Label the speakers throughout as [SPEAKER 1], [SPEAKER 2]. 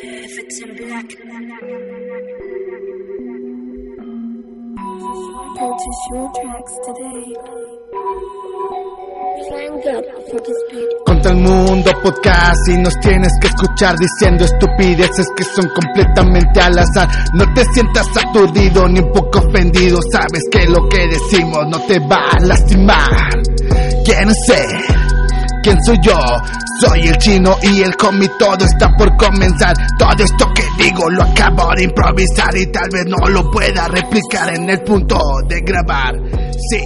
[SPEAKER 1] Crucifix in black.
[SPEAKER 2] Purchase your tracks today. Signed up for this beat.
[SPEAKER 3] Contra el mundo podcast y nos tienes que escuchar diciendo estupideces que son completamente al azar. No te sientas aturdido ni un poco ofendido, sabes que lo que decimos no te va a lastimar. ¿Quién es él? ¿Quién soy yo? Soy el chino y el comi, todo está por comenzar. Todo esto que digo lo acabo de improvisar y tal vez no lo pueda replicar en el punto de grabar. Sí,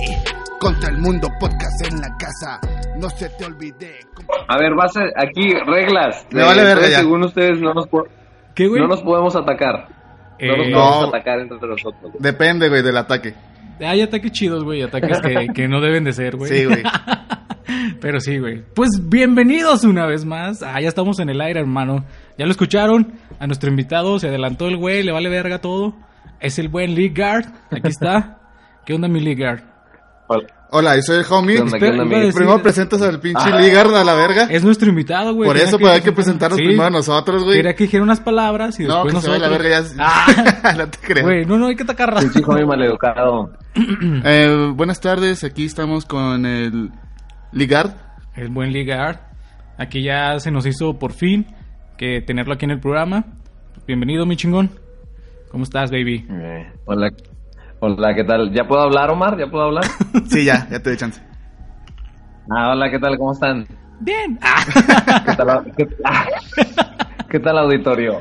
[SPEAKER 3] contra el mundo podcast en la casa. No se te olvide.
[SPEAKER 4] A ver, vas a, aquí reglas.
[SPEAKER 5] Me
[SPEAKER 4] Eh,
[SPEAKER 5] vale verga
[SPEAKER 4] ustedes,
[SPEAKER 5] ya.
[SPEAKER 4] Según ustedes no nos, po-
[SPEAKER 6] ¿Qué, güey?
[SPEAKER 4] no nos podemos atacar. No nos
[SPEAKER 6] Eh,
[SPEAKER 4] podemos
[SPEAKER 5] no.
[SPEAKER 4] atacar entre nosotros.
[SPEAKER 5] Depende, güey, del ataque.
[SPEAKER 6] Hay ataques chidos, güey, ataques que, que no deben de ser, güey.
[SPEAKER 5] Sí, güey.
[SPEAKER 6] Pero sí, güey. Pues bienvenidos una vez más. Ah, ya estamos en el aire, hermano. Ya lo escucharon. A nuestro invitado se adelantó el güey, le vale verga todo. Es el buen Lee Guard. Aquí está. ¿Qué onda, mi Lee Guard?
[SPEAKER 5] Hola, yo soy el homie.
[SPEAKER 4] ¿Qué onda, qué
[SPEAKER 6] Espera,
[SPEAKER 4] onda,
[SPEAKER 6] iba a
[SPEAKER 4] amigo?
[SPEAKER 6] decir-
[SPEAKER 5] Primero presentas al pinche
[SPEAKER 4] Ah.
[SPEAKER 5] Ligard a la verga.
[SPEAKER 6] Es nuestro invitado, güey.
[SPEAKER 5] Por
[SPEAKER 6] Tenía
[SPEAKER 5] eso, pues hay que presentarnos
[SPEAKER 6] Sí.
[SPEAKER 5] primero a nosotros, güey.
[SPEAKER 6] Quería que dijera unas palabras y
[SPEAKER 5] No,
[SPEAKER 6] después
[SPEAKER 5] que se vaya la
[SPEAKER 6] nosotros. Ah.
[SPEAKER 5] verga ya. no te creas.
[SPEAKER 6] Güey, no, no, hay que atacar raza.
[SPEAKER 4] Pinche homie maleducado.
[SPEAKER 5] Eh, buenas tardes, aquí estamos con el Ligard.
[SPEAKER 6] El buen Ligard. Aquí ya se nos hizo por fin que tenerlo aquí en el programa. Bienvenido, mi chingón. ¿Cómo estás, baby?
[SPEAKER 4] Eh, hola. Hola, ¿qué tal? ¿Ya puedo hablar, Omar? ¿Ya puedo hablar?
[SPEAKER 5] Sí, ya, ya te doy chance.
[SPEAKER 4] Ah, hola, ¿qué tal? ¿Cómo están?
[SPEAKER 6] Bien.
[SPEAKER 4] ¿Qué tal, qué- ah, ¿qué tal auditorio?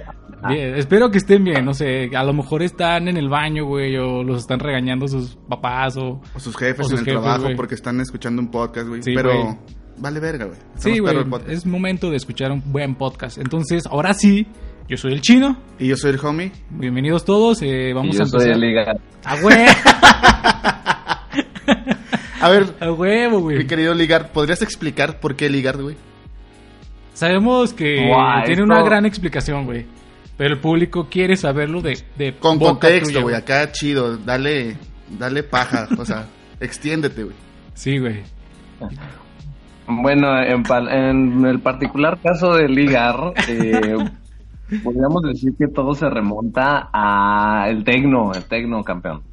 [SPEAKER 6] Bien, espero que estén bien, no sé, a lo mejor están en el baño, güey, o los están regañando sus papás o...
[SPEAKER 5] O sus jefes
[SPEAKER 6] O sus
[SPEAKER 5] en el
[SPEAKER 6] jefes,
[SPEAKER 5] trabajo
[SPEAKER 6] güey.
[SPEAKER 5] porque están escuchando un podcast, güey.
[SPEAKER 6] Sí,
[SPEAKER 5] pero
[SPEAKER 6] güey.
[SPEAKER 5] vale verga, güey. Estamos
[SPEAKER 6] Sí, güey,
[SPEAKER 5] perro el podcast.
[SPEAKER 6] es momento de escuchar un buen podcast. Entonces, ahora sí, yo soy el chino,
[SPEAKER 5] Y yo soy el homie.
[SPEAKER 6] bienvenidos todos, eh,
[SPEAKER 4] Y
[SPEAKER 6] vamos a
[SPEAKER 4] yo soy
[SPEAKER 6] empezar.
[SPEAKER 4] el Liga.
[SPEAKER 6] ¡A huevo!
[SPEAKER 5] A ver,
[SPEAKER 6] ¡A huevo, güey!
[SPEAKER 5] mi querido Ligard, ¿podrías explicar por qué Ligard, güey?
[SPEAKER 6] Sabemos que
[SPEAKER 4] Guau,
[SPEAKER 6] tiene
[SPEAKER 4] esto-
[SPEAKER 6] una gran explicación, güey, pero el público quiere saberlo de... de
[SPEAKER 5] Con
[SPEAKER 6] boca
[SPEAKER 5] contexto,
[SPEAKER 6] tuya,
[SPEAKER 5] güey. Acá chido. Dale, dale paja. o sea, extiéndete, güey.
[SPEAKER 6] Sí, güey.
[SPEAKER 4] Bueno, en, pa- en el particular caso de Ligar, eh, podríamos decir que todo se remonta a el tecno, el tecno campeón.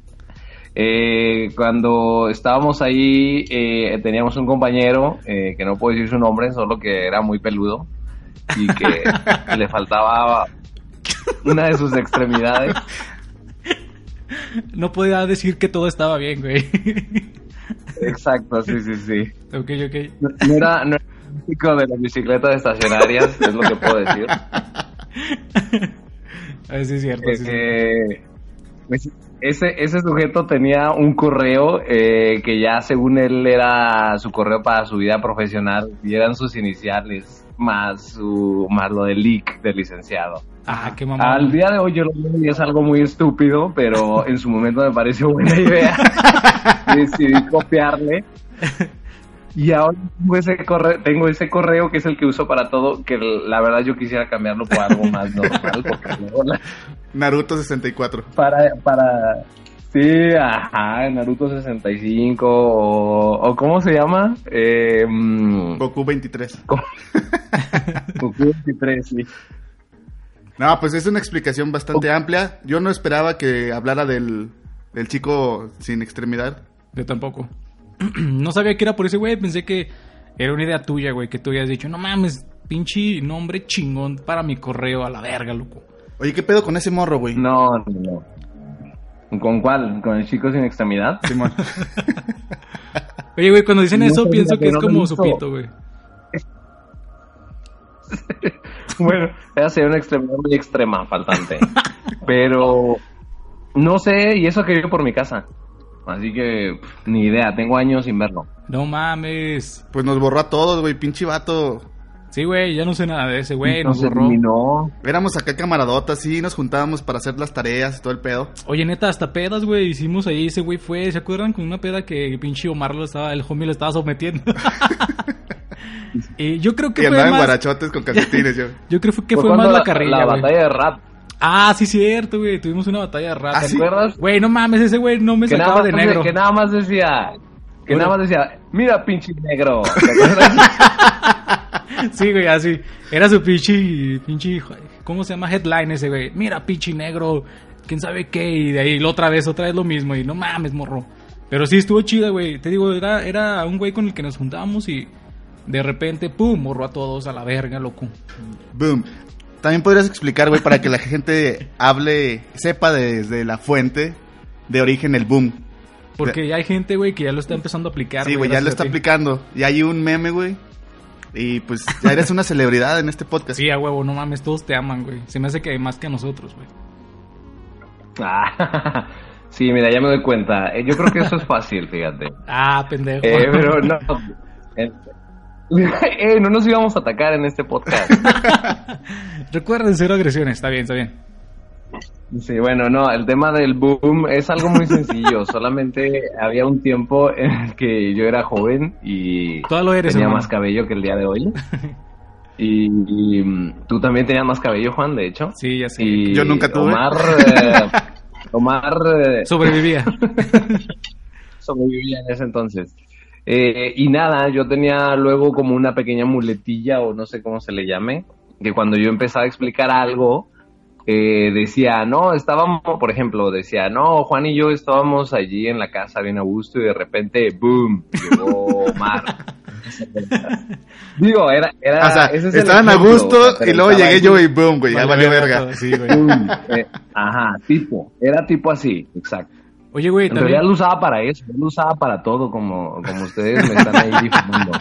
[SPEAKER 4] Eh, cuando estábamos ahí, eh, teníamos un compañero, eh, que no puedo decir su nombre, solo que era muy peludo y que le faltaba una de sus extremidades.
[SPEAKER 6] No podía decir que todo estaba bien, güey.
[SPEAKER 4] Exacto, sí, sí, sí.
[SPEAKER 6] ok, ok.
[SPEAKER 4] No no era, no era el chico de las bicicletas estacionarias, es lo que puedo decir.
[SPEAKER 6] A ver si es cierto. Ah, sí, sí.
[SPEAKER 4] Eh, pues, ese, ese sujeto tenía un correo eh, que ya según él era su correo para su vida profesional y eran sus iniciales más su más lo del leak del licenciado.
[SPEAKER 6] Ah, qué mamá.
[SPEAKER 4] Al día de hoy yo lo veo y es algo muy estúpido, pero en su momento me pareció buena idea. Decidí copiarle. Y ahora tengo ese, correo, tengo ese correo que es el que uso para todo, que la verdad yo quisiera cambiarlo por algo más normal, porque luego la-
[SPEAKER 5] Naruto 64.
[SPEAKER 4] para, para, sí, ajá, Naruto 65, o, o ¿cómo se llama? Eh, mm,
[SPEAKER 5] Goku 23.
[SPEAKER 4] Goku 23, sí.
[SPEAKER 5] No, pues es una explicación bastante amplia. Yo no esperaba que hablara del, del chico sin extremidad.
[SPEAKER 6] Yo tampoco. no sabía que era por ese güey. Pensé que era una idea tuya, güey. Que tú habías dicho, no mames, pinche nombre chingón para mi correo a la verga, loco.
[SPEAKER 5] Oye, ¿qué pedo con ese morro, güey?
[SPEAKER 4] No, no, no. ¿Con cuál? ¿Con el chico sin extremidad?
[SPEAKER 5] Simón.
[SPEAKER 6] Oye, güey, cuando dicen
[SPEAKER 4] No
[SPEAKER 6] eso
[SPEAKER 4] sabía
[SPEAKER 6] pienso que
[SPEAKER 4] que
[SPEAKER 6] es
[SPEAKER 4] no lo
[SPEAKER 6] como
[SPEAKER 4] hizo.
[SPEAKER 6] su pito, güey.
[SPEAKER 4] Bueno, esa sería una extremidad muy extrema faltante. Pero no sé, y eso que vivo por mi casa. Así que pff, ni idea, tengo años sin verlo.
[SPEAKER 6] No mames.
[SPEAKER 5] Pues nos borró a todos, güey, pinche vato.
[SPEAKER 6] Sí, güey, ya no sé nada de ese güey. Nos
[SPEAKER 4] se
[SPEAKER 6] borró.
[SPEAKER 4] eliminó.
[SPEAKER 5] Éramos acá camaradotas, sí, nos juntábamos para hacer las tareas y todo el pedo.
[SPEAKER 6] Oye, neta, hasta pedas, güey, hicimos ahí. Ese güey fue, ¿se acuerdan? Con una peda que el pinche Omar lo estaba, el homie lo estaba sometiendo. Y yo creo que
[SPEAKER 5] Y
[SPEAKER 6] fue
[SPEAKER 5] andaba en
[SPEAKER 6] más,
[SPEAKER 5] guarachotes con calcetines, yo.
[SPEAKER 6] yo creo que
[SPEAKER 4] Fue
[SPEAKER 6] fue más
[SPEAKER 4] cuando
[SPEAKER 6] la carrilla,
[SPEAKER 4] La
[SPEAKER 6] güey.
[SPEAKER 4] batalla de rap.
[SPEAKER 6] Ah, sí, cierto, güey. Tuvimos una batalla de rap.
[SPEAKER 5] Ah,
[SPEAKER 4] ¿Te
[SPEAKER 5] sí.
[SPEAKER 4] acuerdas?
[SPEAKER 6] Güey, no mames, ese güey no me
[SPEAKER 4] Que
[SPEAKER 6] sacaba
[SPEAKER 4] nada, más,
[SPEAKER 6] de negro.
[SPEAKER 4] que nada más decía. Que
[SPEAKER 6] Bueno.
[SPEAKER 4] nada más decía, mira pinche negro. ¿Te acuerdas?
[SPEAKER 6] Sí, güey, así. Era su pinche, pinche, ¿cómo se llama? Headline ese, güey. Mira, pinche negro, quién sabe qué. Y de ahí otra vez, otra vez lo mismo. Y no mames, morro. Pero sí, estuvo chida, güey. Te digo, era, era un güey con el que nos juntábamos y de repente, pum, morro a todos a la verga, loco.
[SPEAKER 5] Boom. También podrías explicar, güey, para que la gente hable, sepa desde la fuente de origen el boom.
[SPEAKER 6] Porque ya hay gente, güey, que ya lo está empezando a aplicar.
[SPEAKER 5] Sí, güey, ya lo
[SPEAKER 6] gracias
[SPEAKER 5] está
[SPEAKER 6] a ti.
[SPEAKER 5] aplicando. Y hay un meme, güey. Y pues ya eres una celebridad en este podcast.
[SPEAKER 6] Sí, a huevo, no mames, todos te aman, güey. Se me hace que más que a nosotros, güey.
[SPEAKER 4] Ah, sí, mira, ya me doy cuenta. Eh, Yo creo que eso es fácil, fíjate.
[SPEAKER 6] Ah, pendejo.
[SPEAKER 4] Eh, pero no. Eh, eh, no nos íbamos a atacar en este podcast.
[SPEAKER 6] Recuerden cero agresiones, está bien, está bien.
[SPEAKER 4] Sí, bueno, no, el tema del boom es algo muy sencillo. Solamente había un tiempo en el que yo era joven y
[SPEAKER 6] Todavía lo eres,
[SPEAKER 4] tenía
[SPEAKER 6] hermano.
[SPEAKER 4] más cabello que el día de hoy. Y, y, mm, tú también tenías más cabello, Juan, de hecho.
[SPEAKER 6] Sí, ya sé.
[SPEAKER 4] Y
[SPEAKER 5] Yo nunca tuve.
[SPEAKER 4] Omar, eh, Omar eh,
[SPEAKER 6] Sobrevivía.
[SPEAKER 4] sobrevivía en ese entonces. Eh, y nada, yo tenía luego como una pequeña muletilla o no sé cómo se le llame, que cuando yo empezaba a explicar algo, eh, decía, no, estábamos, por ejemplo, decía, no, Juan y yo estábamos allí en la casa bien a gusto y de repente, boom, llegó Omar. Digo, era, era...
[SPEAKER 5] o sea,
[SPEAKER 4] ese es el
[SPEAKER 5] estaban a
[SPEAKER 4] ejemplo,
[SPEAKER 5] gusto
[SPEAKER 4] pero
[SPEAKER 5] y luego
[SPEAKER 4] estaba
[SPEAKER 5] llegué
[SPEAKER 4] ahí.
[SPEAKER 5] yo y boom, güey, ya
[SPEAKER 6] Vale,
[SPEAKER 5] valió verga.
[SPEAKER 6] todo, Sí, güey.
[SPEAKER 4] Boom, eh, ajá, tipo, era tipo así, exacto.
[SPEAKER 6] Oye, güey,
[SPEAKER 4] En realidad
[SPEAKER 6] también.
[SPEAKER 4] lo usaba para eso, yo lo usaba para todo, como, como ustedes me están ahí difundiendo.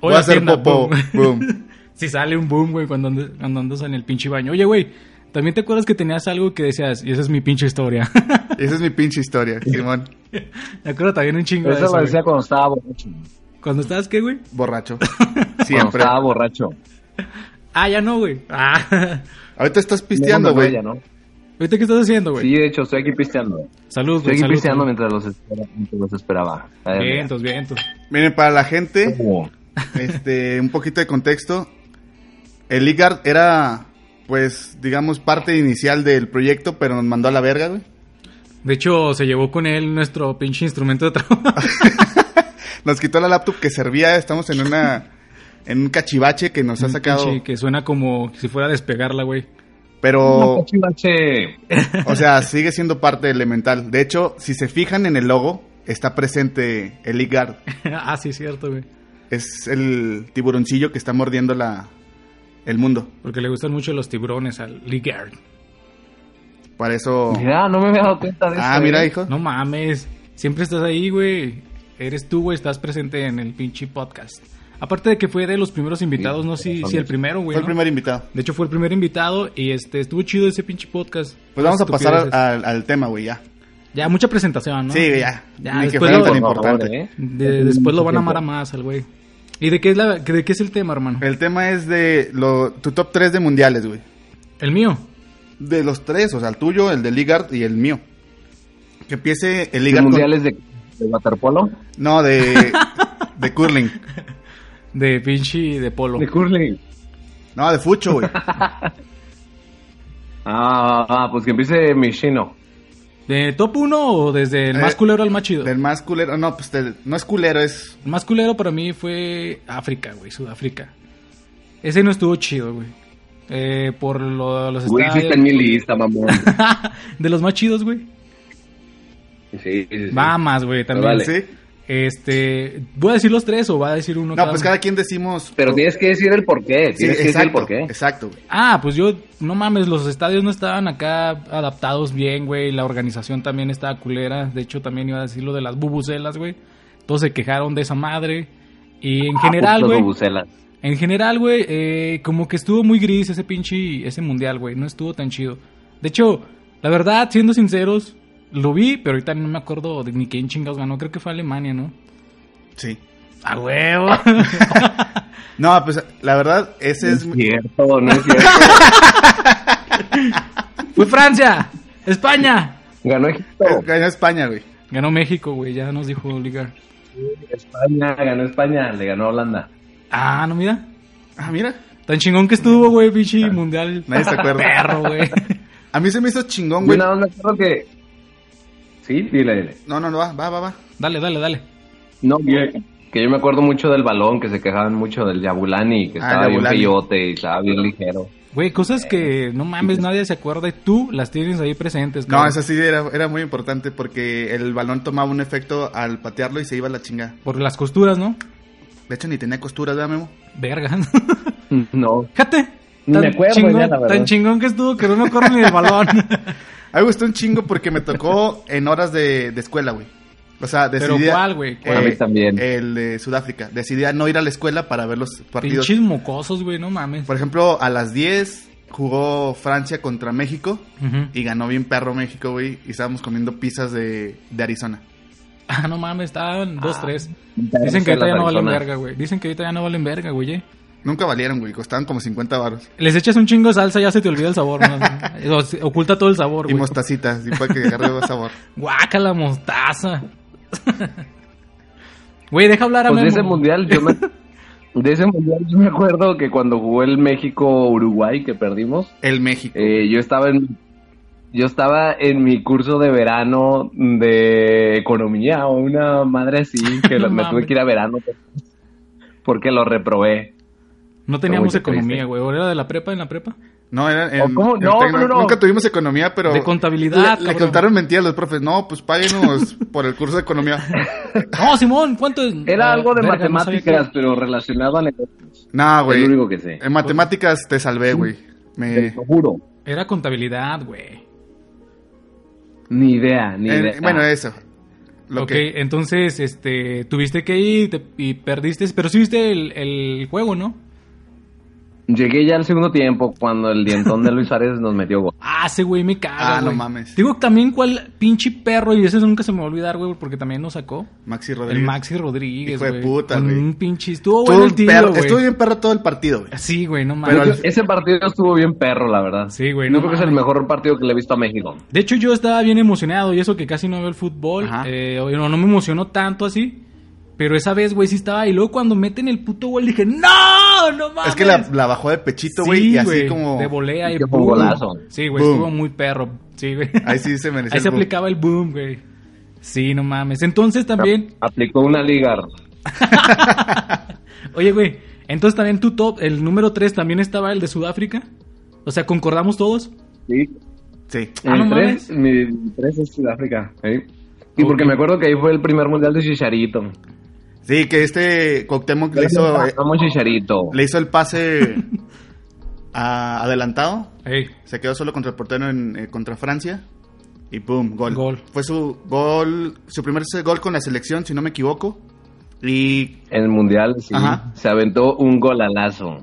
[SPEAKER 5] Voy
[SPEAKER 6] Oye,
[SPEAKER 5] a hacer
[SPEAKER 6] tienda,
[SPEAKER 5] popó.
[SPEAKER 6] boom.
[SPEAKER 5] Boom.
[SPEAKER 6] Si sale un boom, güey, cuando, andas- cuando andas en el pinche baño. Oye, güey, también te acuerdas que tenías algo que decías, y esa es mi pinche historia.
[SPEAKER 5] Esa es mi pinche historia, Simón.
[SPEAKER 6] Me acuerdo también un chingo de
[SPEAKER 4] Eso
[SPEAKER 6] eso.
[SPEAKER 4] lo
[SPEAKER 6] güey.
[SPEAKER 4] decía cuando estaba borracho.
[SPEAKER 6] Cuando estabas, ¿qué, güey?
[SPEAKER 5] Borracho.
[SPEAKER 4] Cuando
[SPEAKER 5] Siempre.
[SPEAKER 4] estaba borracho.
[SPEAKER 6] Ah, ya no, güey. Ah.
[SPEAKER 5] Ahorita estás pisteando,
[SPEAKER 4] No, no, no,
[SPEAKER 5] güey.
[SPEAKER 4] ya no.
[SPEAKER 6] ¿Ahorita qué estás haciendo, güey?
[SPEAKER 4] Sí, de hecho, estoy aquí pisteando.
[SPEAKER 6] Salud,
[SPEAKER 4] Estoy
[SPEAKER 6] güey.
[SPEAKER 4] aquí
[SPEAKER 6] Salud.
[SPEAKER 4] pisteando
[SPEAKER 6] güey.
[SPEAKER 4] mientras los, espera- mientras los esperaba. A ver, mira.
[SPEAKER 6] Vientos, vientos.
[SPEAKER 5] Miren, para la gente,
[SPEAKER 4] Como-
[SPEAKER 5] este, un poquito de contexto. El Ligard era, pues, digamos, parte inicial del proyecto, pero nos mandó a la verga, güey.
[SPEAKER 6] De hecho, se llevó con él nuestro pinche instrumento de
[SPEAKER 5] Ah,
[SPEAKER 6] trabajo.
[SPEAKER 5] Nos quitó la laptop que servía, estamos en una en un cachivache que nos ha
[SPEAKER 6] Un
[SPEAKER 5] sacado.
[SPEAKER 6] pinche que suena como si fuera a despegarla, güey.
[SPEAKER 5] Pero,
[SPEAKER 4] Cachivache.
[SPEAKER 5] o sea, sigue siendo parte elemental. De hecho, si se fijan en el logo, está presente el Ligard.
[SPEAKER 6] ah, sí, cierto, güey.
[SPEAKER 5] Es el tiburoncillo que está mordiendo la, el mundo.
[SPEAKER 6] Porque le gustan mucho los tiburones al Ligard.
[SPEAKER 5] Para eso.
[SPEAKER 4] Mira, Ah, no me había dado cuenta de eso.
[SPEAKER 5] Oh. Ah, mira,
[SPEAKER 4] eh.
[SPEAKER 5] hijo.
[SPEAKER 6] No mames. Siempre estás ahí, güey. Eres tú, güey. Estás presente en el pinche podcast. Aparte de que fue de los primeros invitados, no sé si, si el primero,
[SPEAKER 5] Fue
[SPEAKER 6] güey.
[SPEAKER 5] el
[SPEAKER 6] ¿no?
[SPEAKER 5] primer invitado.
[SPEAKER 6] De hecho, fue el primer invitado y este estuvo chido ese pinche podcast.
[SPEAKER 5] Pues vamos a pasar
[SPEAKER 6] Estupideces.
[SPEAKER 5] al, al- al tema, güey, ya.
[SPEAKER 6] Ya, mucha presentación, ¿no?
[SPEAKER 5] Sí, güey, ya.
[SPEAKER 6] Ya,
[SPEAKER 5] Ni que
[SPEAKER 6] después
[SPEAKER 5] fuera
[SPEAKER 6] lo-
[SPEAKER 5] tan
[SPEAKER 4] Por favor,
[SPEAKER 5] importante.
[SPEAKER 4] eh.
[SPEAKER 6] De- después lo van a amar a más al güey. ¿Y de qué, es la, de qué es el tema, hermano?
[SPEAKER 5] El tema es de lo, tu top 3 de mundiales, güey.
[SPEAKER 6] ¿El mío?
[SPEAKER 5] De los tres, o sea, el tuyo, el de Ligard y el mío. Que empiece el Ligard. con-
[SPEAKER 4] mundiales de, de waterpolo?
[SPEAKER 5] No, de, de curling.
[SPEAKER 6] De pinche de polo.
[SPEAKER 4] De curling.
[SPEAKER 5] No, de fucho, güey.
[SPEAKER 4] Ah, ah, pues que empiece mi chino.
[SPEAKER 6] ¿De top 1 o desde el
[SPEAKER 5] Eh,
[SPEAKER 6] más culero al más chido?
[SPEAKER 5] Del más culero. No, pues del- no es culero, es.
[SPEAKER 6] El más culero para mí fue África, güey, Sudáfrica. Ese no estuvo chido, güey. Eh, por lo de los
[SPEAKER 4] Güey, sí está en mi lista, mamón.
[SPEAKER 6] de los más chidos, güey.
[SPEAKER 4] Sí, sí, sí.
[SPEAKER 6] Mamas, güey, también.
[SPEAKER 4] Vale.
[SPEAKER 5] ¿Sí?
[SPEAKER 6] Este, ¿voy a decir los tres o va a decir uno
[SPEAKER 5] No, pues
[SPEAKER 6] uno?
[SPEAKER 5] cada quien decimos.
[SPEAKER 4] Pero tienes que decir el porqué. Tienes
[SPEAKER 5] Sí,
[SPEAKER 4] que decir el
[SPEAKER 5] exacto.
[SPEAKER 4] porqué.
[SPEAKER 5] Exacto, güey.
[SPEAKER 6] Ah, pues yo, no mames, los estadios no estaban acá adaptados bien, güey. La organización también estaba culera. De hecho, también iba a decir lo de las bubucelas, güey. Todos se quejaron de esa madre. Y
[SPEAKER 4] Ah,
[SPEAKER 6] en
[SPEAKER 4] pues
[SPEAKER 6] general, güey. En general, güey, eh, como que estuvo muy gris ese pinche, ese mundial, güey. No estuvo tan chido. De hecho, la verdad, siendo sinceros, lo vi, pero ahorita no me acuerdo de ni quién chingados ganó. Creo que fue Alemania, ¿no?
[SPEAKER 5] Sí.
[SPEAKER 6] ¡A huevo!
[SPEAKER 5] No, pues la verdad, ese es.
[SPEAKER 4] Es cierto, no es cierto.
[SPEAKER 6] ¡Fue Francia! ¡España!
[SPEAKER 4] Ganó Egipto.
[SPEAKER 5] Ganó España, güey.
[SPEAKER 6] Ganó México, güey, ya nos dijo Ligar.
[SPEAKER 4] España, ganó España, le ganó a Holanda.
[SPEAKER 6] Ah, no, mira.
[SPEAKER 5] Ah, mira.
[SPEAKER 6] Tan chingón que estuvo, güey, pinche mundial.
[SPEAKER 5] Nadie se acuerda.
[SPEAKER 6] Perro, güey.
[SPEAKER 5] A mí se me hizo chingón,
[SPEAKER 4] Yo
[SPEAKER 5] güey.
[SPEAKER 4] nada más me acuerdo que. Sí, dile, dile.
[SPEAKER 5] No, no, no, va, va, va, va.
[SPEAKER 6] Dale, dale, dale.
[SPEAKER 4] No, yo, Que yo me acuerdo mucho del balón, que se quejaban mucho del Yabulani, que
[SPEAKER 5] Ah,
[SPEAKER 4] estaba bien
[SPEAKER 5] Yabulani.
[SPEAKER 4] peyote y estaba bien ligero.
[SPEAKER 6] Güey, cosas que no mames, nadie se acuerda y tú las tienes ahí presentes.
[SPEAKER 5] No,
[SPEAKER 6] cabrón.
[SPEAKER 5] esa sí era, era muy importante porque el balón tomaba un efecto al patearlo y se iba a la chinga.
[SPEAKER 6] Por las costuras, ¿no?
[SPEAKER 5] De hecho, ni tenía costuras, ¿verdad, Memo?
[SPEAKER 6] Verga.
[SPEAKER 4] No.
[SPEAKER 6] Fíjate.
[SPEAKER 4] Ni me acuerdo ya,
[SPEAKER 6] chingón,
[SPEAKER 4] la verdad.
[SPEAKER 6] tan chingón que estuvo que no me acuerdo ni del balón.
[SPEAKER 5] A mí me gustó un chingo porque me tocó en horas de, de escuela, güey. O sea,
[SPEAKER 6] Pero
[SPEAKER 5] decidí. eh,
[SPEAKER 6] ¿cuál, güey? ¿Cuál?
[SPEAKER 4] A mí también.
[SPEAKER 5] El de Sudáfrica. Decidí a no ir a la escuela para ver los partidos.
[SPEAKER 6] Pinches mocosos, güey, no mames.
[SPEAKER 5] Por ejemplo, a las 10 jugó Francia contra México
[SPEAKER 6] Ujú.
[SPEAKER 5] y ganó bien perro México, güey. Y estábamos comiendo pizzas de, de Arizona.
[SPEAKER 6] Ah, no mames, estaban dos,
[SPEAKER 4] Ah,
[SPEAKER 6] tres.
[SPEAKER 4] Nunca
[SPEAKER 6] Dicen que
[SPEAKER 4] hice
[SPEAKER 6] ahorita
[SPEAKER 4] la
[SPEAKER 6] ya no valen
[SPEAKER 4] persona.
[SPEAKER 6] verga, güey. Dicen que ahorita ya no valen verga, güey. eh.
[SPEAKER 5] Nunca valieron, güey. Costaban como 50 baros.
[SPEAKER 6] Les echas un chingo de salsa, ya se te olvida el sabor, ¿no? O se- Oculta todo el sabor,
[SPEAKER 5] Y
[SPEAKER 6] güey.
[SPEAKER 5] mostacitas, y para que agarre sabor.
[SPEAKER 6] Guácala, mostaza. Güey, deja hablar a
[SPEAKER 4] Pues de ese
[SPEAKER 6] Memo.
[SPEAKER 4] mundial yo me... De ese mundial yo me acuerdo que cuando jugó el México-Uruguay que perdimos,
[SPEAKER 5] El México.
[SPEAKER 4] Eh, yo estaba en yo estaba en mi curso de verano de economía o una madre así que
[SPEAKER 6] No
[SPEAKER 4] lo- me
[SPEAKER 6] mames.
[SPEAKER 4] tuve que ir a verano porque lo reprobé.
[SPEAKER 6] No teníamos
[SPEAKER 4] Oye, qué
[SPEAKER 6] economía,
[SPEAKER 4] triste.
[SPEAKER 6] güey. ¿O ¿Era de la prepa en la prepa?
[SPEAKER 5] No, era en,
[SPEAKER 4] ¿O cómo?
[SPEAKER 5] en
[SPEAKER 4] No,
[SPEAKER 5] tecno-
[SPEAKER 4] no, no.
[SPEAKER 5] Nunca tuvimos economía, pero...
[SPEAKER 6] De contabilidad,
[SPEAKER 5] Le, le
[SPEAKER 6] cabrón.
[SPEAKER 5] contaron mentiras los profes. No, pues páguenos por el curso de economía.
[SPEAKER 6] No, Simón, ¿cuánto es?
[SPEAKER 4] Era
[SPEAKER 6] Ah,
[SPEAKER 4] algo de
[SPEAKER 6] verga, no sabía que
[SPEAKER 4] matemáticas, pero relacionado a negocios.
[SPEAKER 5] No,
[SPEAKER 4] Es lo
[SPEAKER 5] Ah, güey. Eh,
[SPEAKER 4] único que sé.
[SPEAKER 5] En matemáticas te salvé, güey.
[SPEAKER 4] Te
[SPEAKER 5] Me...
[SPEAKER 4] lo juro.
[SPEAKER 6] Era contabilidad, güey.
[SPEAKER 4] Ni idea, ni
[SPEAKER 5] eh,
[SPEAKER 4] idea. Ah,
[SPEAKER 5] bueno, eso. Lo
[SPEAKER 6] ok,
[SPEAKER 5] que...
[SPEAKER 6] entonces, este, tuviste que ir te- y perdiste, pero sí viste el, el juego, ¿no?
[SPEAKER 4] Llegué ya al segundo tiempo cuando el dientón de Luis Ares nos metió gol.
[SPEAKER 6] Ah, ese güey me caga,
[SPEAKER 5] Ah, no
[SPEAKER 6] güey.
[SPEAKER 5] mames.
[SPEAKER 6] Digo también cuál pinche perro, y ese nunca se me va a olvidar, güey, porque también nos sacó.
[SPEAKER 5] Maxi
[SPEAKER 6] El
[SPEAKER 5] Rodríguez.
[SPEAKER 6] Maxi Rodríguez,
[SPEAKER 5] Hijo de
[SPEAKER 6] güey,
[SPEAKER 5] puta,
[SPEAKER 6] con
[SPEAKER 5] güey.
[SPEAKER 6] Un pinche... Estuvo
[SPEAKER 5] Estuvo
[SPEAKER 6] bueno el
[SPEAKER 5] bien perro-
[SPEAKER 6] tiro,
[SPEAKER 5] estuvo
[SPEAKER 6] güey.
[SPEAKER 5] bien perro todo el partido, güey.
[SPEAKER 6] Sí, güey, no mames.
[SPEAKER 5] Pero al-
[SPEAKER 4] Ese partido estuvo bien perro, la verdad.
[SPEAKER 6] Sí, güey, no
[SPEAKER 4] Yo creo que es el
[SPEAKER 6] mames.
[SPEAKER 4] mejor partido que le he visto a México.
[SPEAKER 6] De hecho, yo estaba bien emocionado y eso que casi no veo el fútbol.
[SPEAKER 5] Ajá.
[SPEAKER 6] eh, o- no, no me emocionó tanto así. Pero esa vez, güey, sí estaba. Y luego cuando meten el puto gol dije, ¡No! ¡No mames!
[SPEAKER 5] Es que la, la bajó de pechito, güey,
[SPEAKER 6] Sí,
[SPEAKER 5] y así
[SPEAKER 6] güey,
[SPEAKER 5] como...
[SPEAKER 6] De volea y
[SPEAKER 4] Que fue un
[SPEAKER 6] boom.
[SPEAKER 4] golazo.
[SPEAKER 6] Sí, güey,
[SPEAKER 5] Boom.
[SPEAKER 6] estuvo muy perro. Sí, güey.
[SPEAKER 5] Ahí sí se merecía
[SPEAKER 6] Ahí
[SPEAKER 5] el
[SPEAKER 6] se
[SPEAKER 5] boom.
[SPEAKER 6] aplicaba el boom, güey. Sí, no mames. Entonces también.
[SPEAKER 4] Aplicó una liga.
[SPEAKER 6] Oye, güey. Entonces también tu top, el número 3 también estaba el de Sudáfrica. O sea, concordamos todos.
[SPEAKER 4] Sí,
[SPEAKER 5] Sí.
[SPEAKER 6] Ah, no
[SPEAKER 4] Mi tres, mi tres es Sudáfrica. ¿eh? Y porque me acuerdo que ahí fue el primer mundial de Chicharito.
[SPEAKER 5] Sí, que este Cuauhtémoc le hizo, eh,
[SPEAKER 4] Vamos Chicharito.
[SPEAKER 5] le hizo el pase a- adelantado.
[SPEAKER 6] Ey,
[SPEAKER 5] Se quedó solo contra el portero en, eh, contra Francia. Y pum, gol.
[SPEAKER 6] Gol.
[SPEAKER 5] Fue su gol, su primer se- gol con la selección, si no me equivoco. Y
[SPEAKER 4] En el mundial sí,
[SPEAKER 5] Ajá.
[SPEAKER 4] se aventó un golalazo.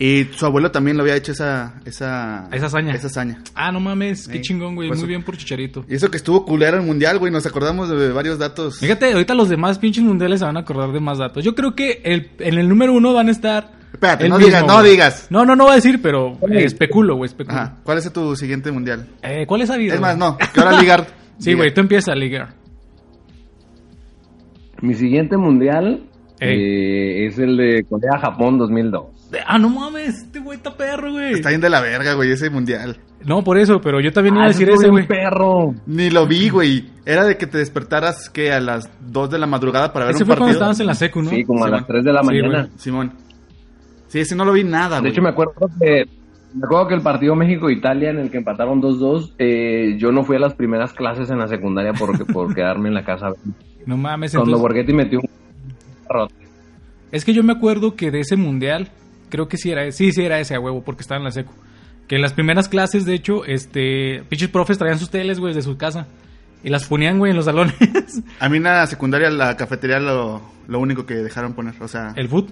[SPEAKER 5] Y su abuelo también lo había hecho esa... Esa,
[SPEAKER 6] Esa hazaña.
[SPEAKER 5] Esa hazaña.
[SPEAKER 6] Ah, no mames. Qué
[SPEAKER 5] Ey,
[SPEAKER 6] chingón, güey.
[SPEAKER 5] pues-
[SPEAKER 6] Muy bien por Chicharito.
[SPEAKER 5] Y eso que estuvo culero el mundial, güey. Nos acordamos de varios datos.
[SPEAKER 6] Fíjate, ahorita los demás pinches mundiales se van a acordar de más datos. Yo creo que el, en el número uno van a estar.
[SPEAKER 5] Espérate,
[SPEAKER 6] el
[SPEAKER 5] no
[SPEAKER 6] mismo,
[SPEAKER 5] digas, no
[SPEAKER 6] güey.
[SPEAKER 5] digas.
[SPEAKER 6] No, no, no voy a decir, pero eh, especulo, güey, especulo.
[SPEAKER 5] Ajá. ¿Cuál es tu siguiente mundial?
[SPEAKER 6] Eh, ¿Cuál es habido?
[SPEAKER 5] Es más,
[SPEAKER 6] güey?
[SPEAKER 5] no. Que ahora ligar.
[SPEAKER 6] Sí, güey, tú empiezas a ligar.
[SPEAKER 4] Mi siguiente mundial
[SPEAKER 6] Ey.
[SPEAKER 4] eh, es el de Corea-Japón 2002.
[SPEAKER 6] De- Ah, no mames, este güey está perro, güey.
[SPEAKER 5] Está bien de la verga, güey, ese mundial.
[SPEAKER 6] No, por eso, pero yo también iba a
[SPEAKER 4] Ah,
[SPEAKER 6] decir
[SPEAKER 4] estuvo
[SPEAKER 6] ese,
[SPEAKER 4] bien
[SPEAKER 6] güey.
[SPEAKER 4] perro.
[SPEAKER 5] Ni lo vi, güey. Era de que te despertaras, que A las 2 de la madrugada para ver
[SPEAKER 6] Ese
[SPEAKER 5] un
[SPEAKER 6] fue cuando
[SPEAKER 5] partido.
[SPEAKER 6] estábamos en la secu, ¿no?
[SPEAKER 4] Sí, como a
[SPEAKER 5] Sí,
[SPEAKER 4] las
[SPEAKER 5] man.
[SPEAKER 4] 3 de la
[SPEAKER 6] Sí,
[SPEAKER 4] mañana.
[SPEAKER 5] Simón. Sí, ese no lo vi nada,
[SPEAKER 4] De
[SPEAKER 5] güey.
[SPEAKER 4] hecho, me acuerdo que me acuerdo que el partido México-Italia en el que empataron 2-2, eh, yo no fui a las primeras clases en la secundaria porque, por quedarme en la casa.
[SPEAKER 6] No mames,
[SPEAKER 4] Cuando
[SPEAKER 6] entonces-
[SPEAKER 4] Borghetti metió un rote.
[SPEAKER 6] Es que yo me acuerdo que de ese mundial, creo que sí era, sí, sí era ese a huevo, porque estaba en la secu. Que en las primeras clases, de hecho, este, pinches profes traían sus teles, güey, de su casa. Y las ponían, güey, en los salones.
[SPEAKER 5] A mí en la secundaria, la cafetería, lo, lo único que dejaron poner. O sea,
[SPEAKER 6] El foot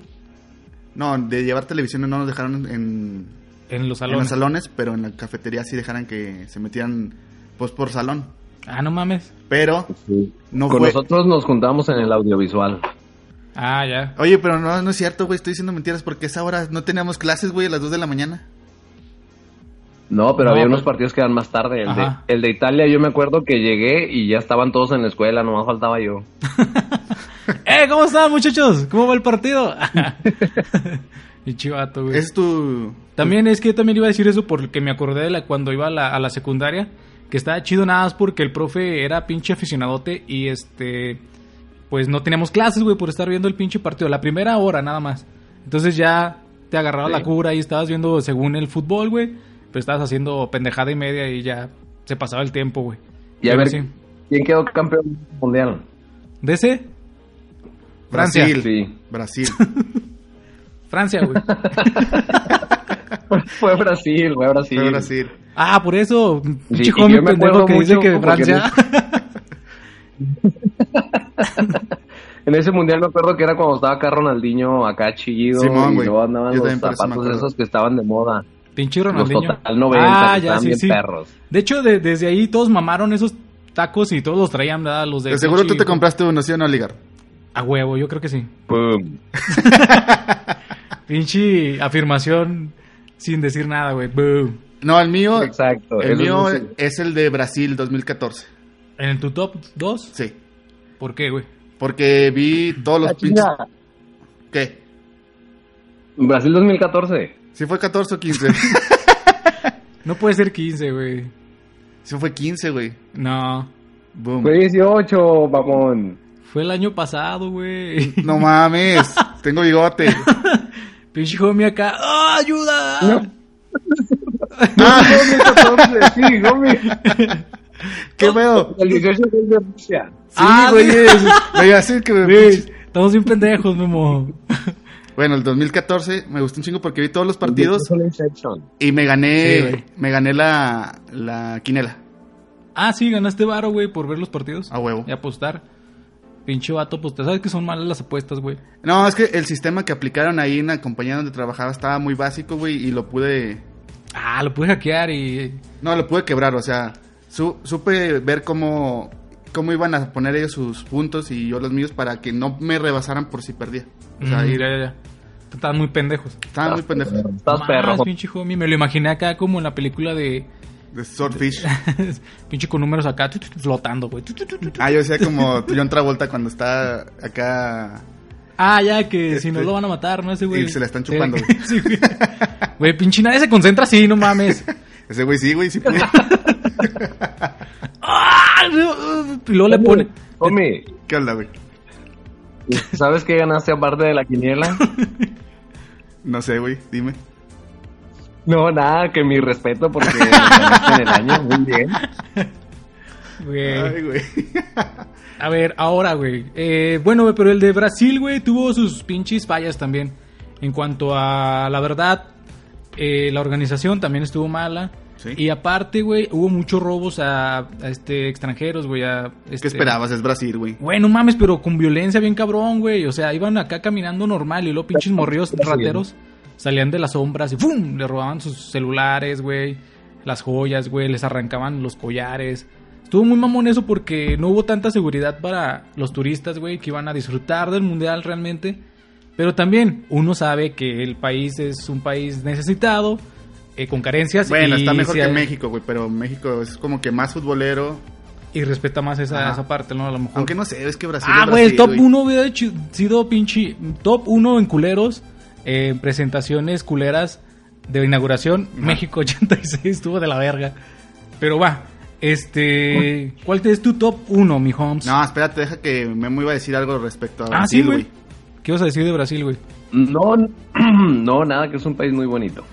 [SPEAKER 5] no, de llevar televisión no nos dejaron en,
[SPEAKER 6] en los
[SPEAKER 5] en
[SPEAKER 6] salones.
[SPEAKER 5] los salones, pero en la cafetería sí dejaran que se metieran, pues, por salón.
[SPEAKER 6] Ah, no mames.
[SPEAKER 5] Pero no
[SPEAKER 4] Con
[SPEAKER 5] fue...
[SPEAKER 4] nosotros nos juntamos en el audiovisual.
[SPEAKER 6] Ah, ya.
[SPEAKER 5] Oye, pero no, no es cierto, güey, estoy diciendo mentiras porque a esa hora no teníamos clases, güey, a las 2 de la mañana.
[SPEAKER 4] No, pero
[SPEAKER 6] No,
[SPEAKER 4] había
[SPEAKER 6] pues-
[SPEAKER 4] unos partidos que eran más tarde. El de,
[SPEAKER 6] Ajá.
[SPEAKER 4] el de Italia, yo me acuerdo que llegué y ya estaban todos en la escuela, nomás faltaba yo.
[SPEAKER 6] ¡Eh, cómo están, muchachos! ¿Cómo va el partido? y chivato, güey.
[SPEAKER 5] Es tu...
[SPEAKER 6] También es que yo también iba a decir eso porque me acordé de la, cuando iba a la, a la secundaria, que estaba chido nada más porque el profe era pinche aficionadote y este pues no teníamos clases, güey, por estar viendo el pinche partido. La primera hora nada más. Entonces ya te agarraba
[SPEAKER 4] Sí.
[SPEAKER 6] la cura y estabas viendo según el fútbol, güey. Pero estabas haciendo pendejada y media y ya se pasaba el tiempo, güey.
[SPEAKER 4] Y a
[SPEAKER 6] Pero
[SPEAKER 4] ver,
[SPEAKER 6] sí.
[SPEAKER 4] ¿quién quedó campeón mundial?
[SPEAKER 6] ¿De ese? Francia.
[SPEAKER 5] Brasil.
[SPEAKER 4] Sí.
[SPEAKER 5] Brasil.
[SPEAKER 6] Francia, güey.
[SPEAKER 4] Fue Brasil, fue Brasil.
[SPEAKER 5] Fue Brasil.
[SPEAKER 6] ah, por eso, pinche
[SPEAKER 4] y
[SPEAKER 6] homie
[SPEAKER 4] yo me
[SPEAKER 6] pendejo
[SPEAKER 4] acuerdo
[SPEAKER 6] que dice
[SPEAKER 4] mucho
[SPEAKER 6] que
[SPEAKER 4] porque
[SPEAKER 6] Francia.
[SPEAKER 4] En ese mundial me acuerdo que era cuando estaba acá Ronaldinho, acá chillido.
[SPEAKER 5] Simón,
[SPEAKER 4] y
[SPEAKER 5] güey.
[SPEAKER 4] luego andaban
[SPEAKER 5] Yo
[SPEAKER 4] los
[SPEAKER 5] también por eso me
[SPEAKER 4] zapatos
[SPEAKER 5] acuerdo. Ah,
[SPEAKER 4] esos que estaban de moda.
[SPEAKER 6] Pinche Ronaldinho. Ah,
[SPEAKER 4] Los Total 90, que estaban bien perros.
[SPEAKER 6] De hecho, de- desde ahí todos mamaron esos tacos y todos los traían, ¿verdad? Los de.
[SPEAKER 5] De seguro tú
[SPEAKER 6] pinche-
[SPEAKER 5] te compraste uno, ¿sí o no, Ligar?
[SPEAKER 6] A huevo, yo creo que sí.
[SPEAKER 4] Pum.
[SPEAKER 6] Pinche afirmación sin decir nada, güey. Boom.
[SPEAKER 5] No, el mío.
[SPEAKER 4] Exacto.
[SPEAKER 5] El
[SPEAKER 4] eso
[SPEAKER 5] mío
[SPEAKER 4] es-
[SPEAKER 5] es el de Brasil 2014.
[SPEAKER 6] ¿En tu top 2?
[SPEAKER 5] Sí.
[SPEAKER 6] ¿Por qué, güey?
[SPEAKER 5] Porque vi todos los
[SPEAKER 4] Ah,
[SPEAKER 5] pinches.
[SPEAKER 4] chinga.
[SPEAKER 5] ¿Qué?
[SPEAKER 4] Brasil 2014.
[SPEAKER 5] ¿Sí fue 14 o 15?
[SPEAKER 6] No puede ser 15, güey.
[SPEAKER 5] sí fue 15, güey.
[SPEAKER 6] No.
[SPEAKER 5] Boom.
[SPEAKER 4] Fue 18, mamón.
[SPEAKER 6] Fue el año pasado, güey.
[SPEAKER 5] No mames. Tengo bigote.
[SPEAKER 6] Pinche homie acá. ¡Ah, ayuda!
[SPEAKER 5] Ah,
[SPEAKER 4] 2014, sí, hombre.
[SPEAKER 5] ¿Qué pedo?
[SPEAKER 4] El 18 fue el de Rusia.
[SPEAKER 5] Sí,
[SPEAKER 6] Ah,
[SPEAKER 5] güey.
[SPEAKER 6] sí.
[SPEAKER 5] Me iba a decir que me
[SPEAKER 6] Güey, Estamos bien pendejos, Memo.
[SPEAKER 5] Bueno, el 2014 me gustó un chingo porque vi todos los partidos
[SPEAKER 4] Fue la Inception.
[SPEAKER 5] y me
[SPEAKER 6] Sí,
[SPEAKER 5] gané
[SPEAKER 6] güey.
[SPEAKER 5] me gané la la quinela
[SPEAKER 6] Ah, sí, ganaste varo, güey, por ver los partidos.
[SPEAKER 5] a huevo.
[SPEAKER 6] Y apostar. Pinche vato, pues te sabes que son malas las apuestas, güey.
[SPEAKER 5] No, es que el sistema que aplicaron ahí en la compañía donde trabajaba estaba muy básico, güey, y lo pude
[SPEAKER 6] Ah, lo pude hackear y.
[SPEAKER 5] no lo pude quebrar, o sea, su- supe ver cómo cómo iban a poner ellos sus puntos y yo los míos para que no me rebasaran por si perdía. O sea,
[SPEAKER 6] Mm,
[SPEAKER 5] ahí
[SPEAKER 6] ya, ya, ya. Estaban muy pendejos.
[SPEAKER 5] estaba muy pendejo.
[SPEAKER 4] Estás
[SPEAKER 6] Más,
[SPEAKER 4] perro.
[SPEAKER 6] pinche homie. Me lo imaginé acá como en la película de.
[SPEAKER 5] De Swordfish.
[SPEAKER 6] pinche con números acá tu, tu, tu, flotando, güey. Tu, tu, tu, tu, tu.
[SPEAKER 5] Ah, yo decía como John Travolta cuando está acá
[SPEAKER 6] Ah, ya, que si
[SPEAKER 5] Este-
[SPEAKER 6] no lo van a matar, ¿no? Ese güey.
[SPEAKER 5] Y se la están
[SPEAKER 6] Sí.
[SPEAKER 5] chupando,
[SPEAKER 6] Sí, güey. Güey, pinche nadie se concentra así, no mames.
[SPEAKER 5] ese güey sí, güey, sí pudo.
[SPEAKER 6] ¡Ah! Y luego le pone.
[SPEAKER 4] Homie,
[SPEAKER 5] ¿Qué onda, güey?
[SPEAKER 4] ¿sabes qué ganaste aparte de la quiniela?
[SPEAKER 5] No sé, güey, dime.
[SPEAKER 4] No, nada, que mi respeto porque ganaste en el año, muy bien.
[SPEAKER 6] Güey.
[SPEAKER 5] Ay, güey.
[SPEAKER 6] A ver, ahora, güey. Eh, bueno, güey, pero el de Brasil, güey, tuvo sus pinches fallas también. En cuanto a la verdad, eh, la organización también estuvo mala.
[SPEAKER 5] Sí.
[SPEAKER 6] Y aparte, güey, hubo muchos robos a, a, este extranjeros, güey. A,
[SPEAKER 5] ¿Qué
[SPEAKER 6] este-
[SPEAKER 5] esperabas? Es Brasil, güey.
[SPEAKER 6] Güey, no mames, pero con violencia bien cabrón, güey. O sea, iban acá caminando normal y luego pinches morridos rateros salían de las sombras y ¡pum! Le robaban sus celulares, güey. Las joyas, güey. Les arrancaban los collares. Estuvo muy mamón eso porque no hubo tanta seguridad para los turistas, güey, que iban a disfrutar del mundial realmente. Pero también uno sabe que el país es un país necesitado, eh, con carencias.
[SPEAKER 5] Bueno,
[SPEAKER 6] y
[SPEAKER 5] está mejor
[SPEAKER 6] si
[SPEAKER 5] que
[SPEAKER 6] hay-
[SPEAKER 5] México, güey, pero México es como que más futbolero.
[SPEAKER 6] Y respeta más esa,
[SPEAKER 5] Ajá.
[SPEAKER 6] esa parte, ¿no? A lo mejor.
[SPEAKER 5] Aunque no sé, es que Brasil.
[SPEAKER 6] Ah,
[SPEAKER 5] es
[SPEAKER 6] güey, el
[SPEAKER 5] Brasil,
[SPEAKER 6] top 1 hubiera hecho- sido pinche. Top 1 en culeros, eh, en presentaciones culeras de inauguración. México 86 estuvo de la verga. Pero va, este. ¿Cuál es tu top 1, mi Holmes?
[SPEAKER 5] No, espérate, deja que Memo iba a decir algo respecto a
[SPEAKER 6] ah, sí,
[SPEAKER 5] Brasil,
[SPEAKER 6] güey.
[SPEAKER 5] güey.
[SPEAKER 6] ¿Qué vas a decir de Brasil, güey?
[SPEAKER 4] No, no, nada, que es un país muy bonito.